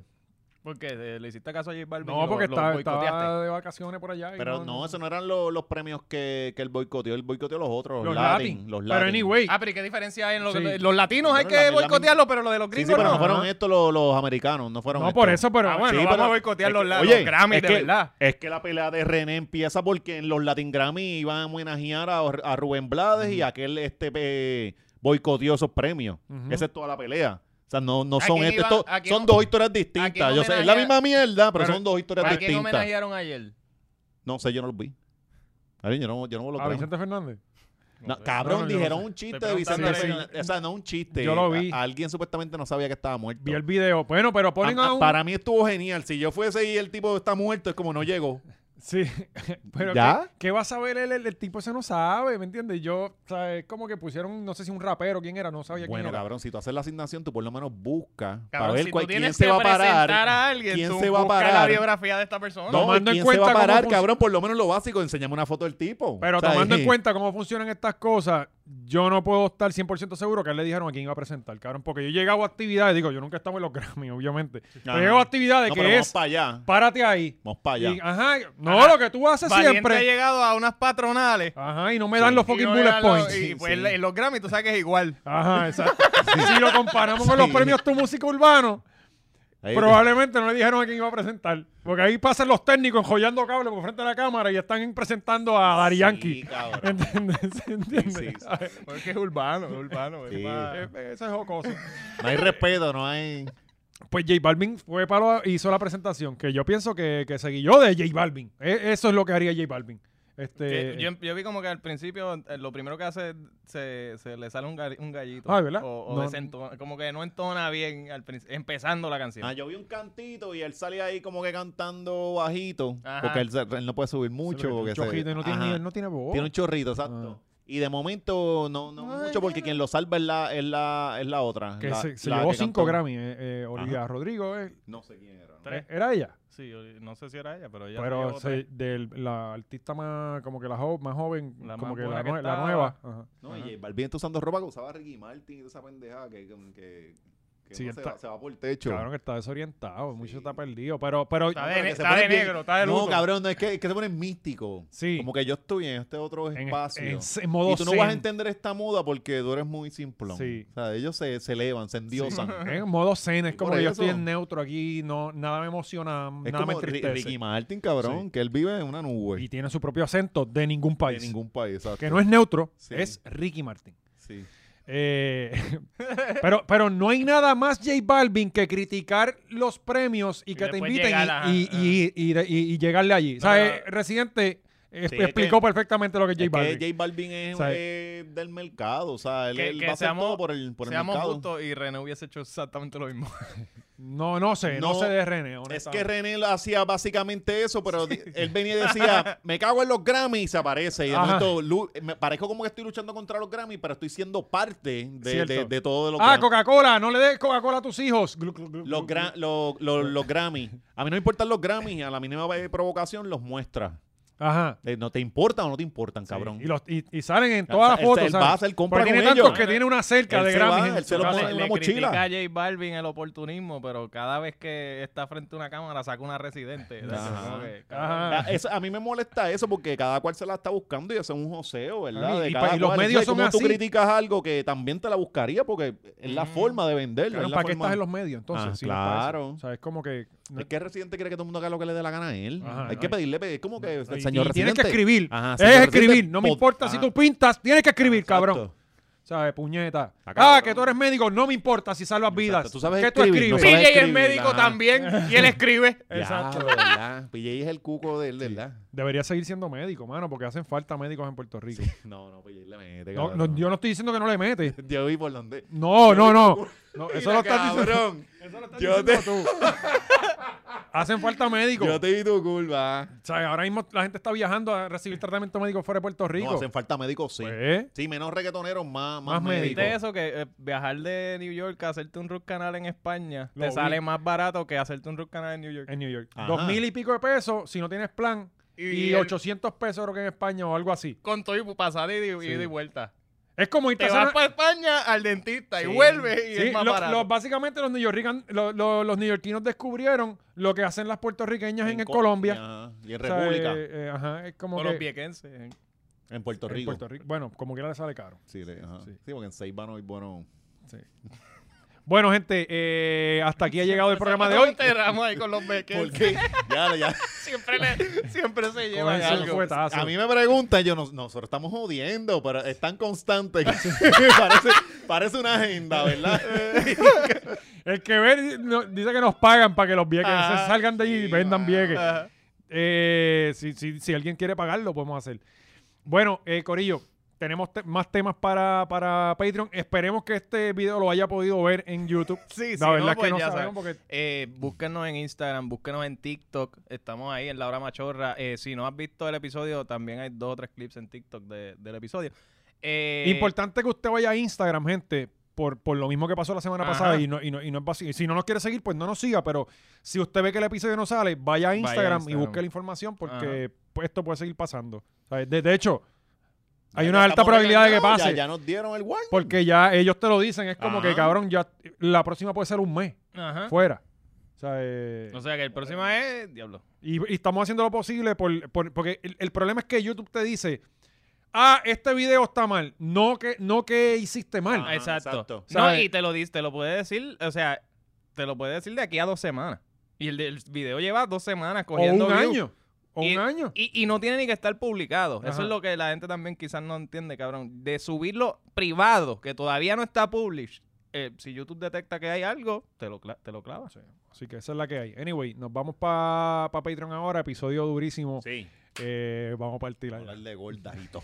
Porque eh, le hiciste caso a J Balvin. No, porque estaba, estaba de vacaciones por allá. y Pero no, eso no eran lo- los premios que, que el boicoteó. El boicoteó los otros. Los Latin, Latin. Los Pero Latin. anyway, Ah, pero ¿y qué diferencia hay en los, Sí. los latinos? Hay Bueno, que la- la- boicotearlo, pero lo de los Sí, sí, gringos pero no. no fueron Ajá. estos los, los americanos. No fueron no estos. por eso, pero Ah, bueno, Este. Sí, no pero- vamos a boicotear es los, que- la- oye, los Grammys, es de que- verdad. Es que la pelea de René empieza porque en los Latin Grammy iban a homenajear a, a Rubén Blades y aquel este eh, boicoteó esos premios. Ujú. Esa es toda la pelea. O sea, no, no ¿A son quién estos, iban- estos- a quién- son dos historias a quién distintas. Yo sé, es la homenajea- misma mierda, pero, Pero- son dos historias ¿A quién distintas. homenajearon ayer? No sé, yo no los vi. A ver, yo no, yo no Ah, los a Grammy. Vicente Fernández. No, sé. cabrón, No, no, yo no dijeron sé. un chiste Estoy de Vicente preguntando Fernández. O sea, no un chiste. Yo lo vi. A- alguien supuestamente no sabía que estaba muerto. Vi el video. Bueno, pero ponen A- a, a- un... Ah, Para mí estuvo genial. Si yo fuese y el tipo está muerto, es como no llegó. Sí. <laughs> pero ¿Ya? ¿qué, qué va a saber él? El, el tipo ese no sabe, ¿me entiendes? Yo, o sea, es como que pusieron, no sé si un rapero, quién era, no sabía Bueno, quién era. cabrón, si tú haces la asignación, tú por lo menos buscas para Cabrón, ver si cuál- tú quién tienes se que va a parar. presentar a alguien, ¿Quién tú se va a buscas la parar? biografía de esta persona. No, Tomando en ¿quién se va a cuenta cómo parar, func- cabrón? Por lo menos lo básico, enséñame una foto del tipo. Pero <laughs> O sea, tomando eh, en cuenta cómo funcionan estas cosas, yo no puedo estar 100% seguro que a él le dijeron a quién iba a presentar, cabrón. Porque yo he llegado a actividades, digo, yo nunca he estado en los <laughs> Grammy, obviamente. Pero Ajá. he llegado a actividades No, pero que vamos es, para allá. párate ahí. Vamos para Y, allá. ajá, no, Ajá. lo que tú haces Valiente ha siempre. llegado a unas patronales. Ajá, y no me Sí. dan los Y fucking no bullet eran los- points. <laughs> Y pues en los Grammy tú sabes que es igual. Ajá, <laughs> exacto. Si lo comparamos con los Sí. premios Tu Música Urbano, Ahí- probablemente no le dijeron a quién iba a presentar. Porque ahí pasan los técnicos enjollando cables por frente de la cámara y están presentando a Dari Sí, Yankee. <laughs> cabrón. ¿Entiendes? ¿Entiendes? Sí, sí, sí. A ver, <laughs> Porque es urbano, es urbano. es Sí. más- eh, eh, Eso es jocoso. No hay respeto, no hay. Pues J Balvin fue para hizo la presentación, que yo pienso que, que se guió de J Balvin. E- eso es lo que haría J Balvin. Este, Que yo, em, yo vi como que al principio eh, lo primero que hace se, se le sale un, ga- un gallito. Ay, ¿verdad? O, o No. desentona- como que no entona bien al princi- empezando la canción. Ah, yo vi un cantito y él salía ahí como que cantando bajito. Ajá. Porque él, se- él no puede subir mucho. un porque se- chojito y no tiene, Ajá. ni- él no tiene voz. Tiene un chorrito, exacto. Ah. Y de momento, no, no Ay, mucho, porque mira. quien lo salva es la, es la, es la otra. que la- se, se la llevó que 5 cantó. Grammy, eh, eh, Olivia Rodrigo. eh, No sé quién era. ¿no? Tres. era ella. Sí, yo no sé si era ella, pero ella. pero llevó se- tres. del- la artista más, como que la jo- más joven, La como más que la, buena que nue- la estaba. nueva. ajá. No, y J Balvin está usando ropa que usaba Ricky Martin y toda esa pendejada que, que, que- que Sí, no está- se, va, se va por el techo. Cabrón que está desorientado, mucho Sí. está perdido. Pero, pero Está No, de, pero ne- que se está de ponen bien- negro, está de No, luto. cabrón, no, es que, es que se pone místico. Sí. Como que yo estoy en este otro en, espacio. en- en modo y tú no vas a zen. entender esta moda porque tú eres muy simplón. Sí. O sea, ellos se, se elevan, se endiosan. <laughs> En modo zen, es Y como por que yo eso- estoy en neutro aquí, no, nada me emociona, Es nada me como Ri- entristece. Ricky Martin, cabrón, que él vive en una nube Y tiene su propio acento de ningún de país. ningún país. exacto. Que no es neutro, Sí. es Ricky Martin. Sí. Eh, <laughs> pero, pero no hay nada más J Balvin que criticar los premios y que te después inviten y- llegar, ajá, y, y- y- y- y- y llegarle allí. o sea, pero- eh, Residente eh, Sí, es explicó que- perfectamente lo que es J Es Balvin. que J Balvin es, O sea, eh, del mercado, o sea, él, que- él que va a hacer seamos- todo por el, por el Seamos mercado. justos y René hubiese hecho exactamente lo mismo. No, no sé, no, No, sé de René. Es honestamente. que René lo hacía básicamente eso, pero di- él venía y <laughs> decía, me cago en los Grammy y se aparece. Y de Ajá. momento, lu- me parezco como que estoy luchando contra los Grammy, pero estoy siendo parte de, Cierto. de, de todo lo Ah, Grammy. Coca-Cola, no le des Coca-Cola a tus hijos. Glu, glu, glu, los, glu. gra- los- los- los Grammy. A mí no me importan los Grammy, a la mínima eh, provocación los muestra. Ajá. Eh, No te importan o no te importan, cabrón. Y, los, y, y salen en O sea, todas las él- fotos. él ¿sabes? va, él compra Porque con tiene tantos ellos. que tiene una cerca Él de se Grammy. va, él se lo Yo pone le- en le una mochila. critica a <laughs> J Balvin el oportunismo, pero cada vez que está frente a una cámara saca una residente. ¿sabes? Ajá. Como que- Ajá. Ah, eso- a mí me molesta eso porque cada cual se la está buscando y eso es un joseo, ¿verdad? Ah, De y cada pa- y los cual. medios Entonces, ¿cómo son así? Mm. tú criticas algo que también te la buscaría porque es la forma de venderlo. Claro, es la ¿Para qué forma- estás en los medios entonces? Ah, si no es para eso? claro. O sea, es como que. Es que el residente cree que todo el mundo haga lo que le dé la gana a él. Ajá, Hay no, que y- pedirle, pe- es como que el Y- señor y tienes residente. que escribir. Ajá, es señor escribir. residente, No me pod- importa si ajá. tú pintas, tienes que escribir, Exacto. cabrón. ¿Sabes? Puñeta. Ah, Ah, cabrón. que tú eres médico, no me importa si salvas vidas. Tú sabes ¿Qué tú escribir, no escribes? sabes- PJ es escribir, médico ajá. también y él escribe. <laughs> Exacto. Exacto. ¿verdad? PJ es el cuco de él, ¿verdad? Debería seguir siendo médico, mano, porque hacen falta médicos en Puerto Rico. No, no, PJ le mete. No, no, cabrón. yo no estoy diciendo que no le metes. Yo vi por donde. No, no, <laughs> no. No, eso Mira, lo estás diciendo. cabrón. Eso lo estás Yo diciendo tú. <laughs> Hacen falta médicos. Yo te vi tu culpa. O sea, ahora mismo la gente está viajando a recibir tratamiento médico fuera de Puerto Rico. No, hacen falta médicos, sí. Pues, Sí, menos reggaetoneros, más, Más más, médicos. médicos. ¿Viste eso? Que eh, viajar de New York a hacerte un root canal en España Lo te vi. sale más barato que hacerte un root canal en New York. en New York. Ajá. Dos mil y pico de pesos si no tienes plan. Y, el- 800 pesos creo que en España o algo así. Con todo y pasar y, y- Sí. y de vuelta. Es como irte a Te hacer vas una- para España al dentista y Sí. vuelves y Sí, es más lo- barato. los- básicamente los, neoyorrican- lo- lo- los neoyorquinos descubrieron lo que hacen las puertorriqueñas en, el Co- Colombia. ajá, Y en O sea, República. eh, eh, ajá, es como o los que- viequenses. en Puerto en Rico. Puerto Rico. Bueno, como quiera le sale caro. Sí, le- ajá. Sí. Sí, porque en Seiba no hay bueno. Bueno, gente, eh, hasta <laughs> aquí ha llegado el programa de hoy. Te enterramos ahí con los viequenses. Porque ya, ya. Siempre, le- siempre se llevan Cógense un algo. fuetazo. A mí me preguntan, yo, nos- nosotros estamos jodiendo, pero es tan constante que <laughs> parece, parece una agenda, <laughs> Eh, ¿verdad? El que ve no- dice que nos pagan para que los vieques Ah, se salgan de allí y sí, vendan mano. vieques. Ajá. Eh, si, si- si alguien quiere pagarlo, podemos hacer. Bueno, eh, Corillo, tenemos te- más temas para, para Patreon. Esperemos que este video lo haya podido ver en YouTube. Sí, sí, La verdad no, es que pues no ya sabemos sabes. porque- Eh, búsquenos en Instagram, búsquenos en TikTok. Estamos ahí en La Hora Machorra. Eh, si no has visto el episodio, también hay dos o tres clips en TikTok de- del episodio. Eh, Importante que usted vaya a Instagram, gente, por, por lo mismo que pasó la semana Ajá. pasada y no, y no, y no es vacío. Y Si no nos quiere seguir, pues no nos siga, pero si usted ve que el episodio no sale, vaya a Instagram, y Instagram. busque la información porque pues, esto puede seguir pasando. O sea, de, de hecho, Hay Ya una alta estamos probabilidad de que regañados, pase. Ya, ya nos dieron el warning. Porque ya ellos te lo dicen, es como Ajá. que cabrón, ya la próxima puede ser un mes Ajá. fuera. O sea, eh, O sea que el próximo es Diablo. y, y estamos haciendo lo posible por, por- porque el, el problema es que YouTube te dice, ah, este video está mal, no que, no que hiciste mal. Ajá, exacto. Ah, exacto. No, ¿Sabes? y te lo dice, te lo puede decir, o sea, te lo puede decir de aquí a dos semanas. Y el, del video lleva dos semanas o cogiendo un views. año. O Y- un año. Y, y no tiene ni que estar publicado. Ajá. Eso es lo que la gente también quizás no entiende, cabrón. De subirlo privado, que todavía no está published. eh, si YouTube detecta que hay algo, te lo, cla- te lo clava. Así que esa es la que hay. Anyway, nos vamos para Patreon ahora, episodio durísimo. Sí. Eh, vamos a partir. ahí. Hablar de gordas y todo.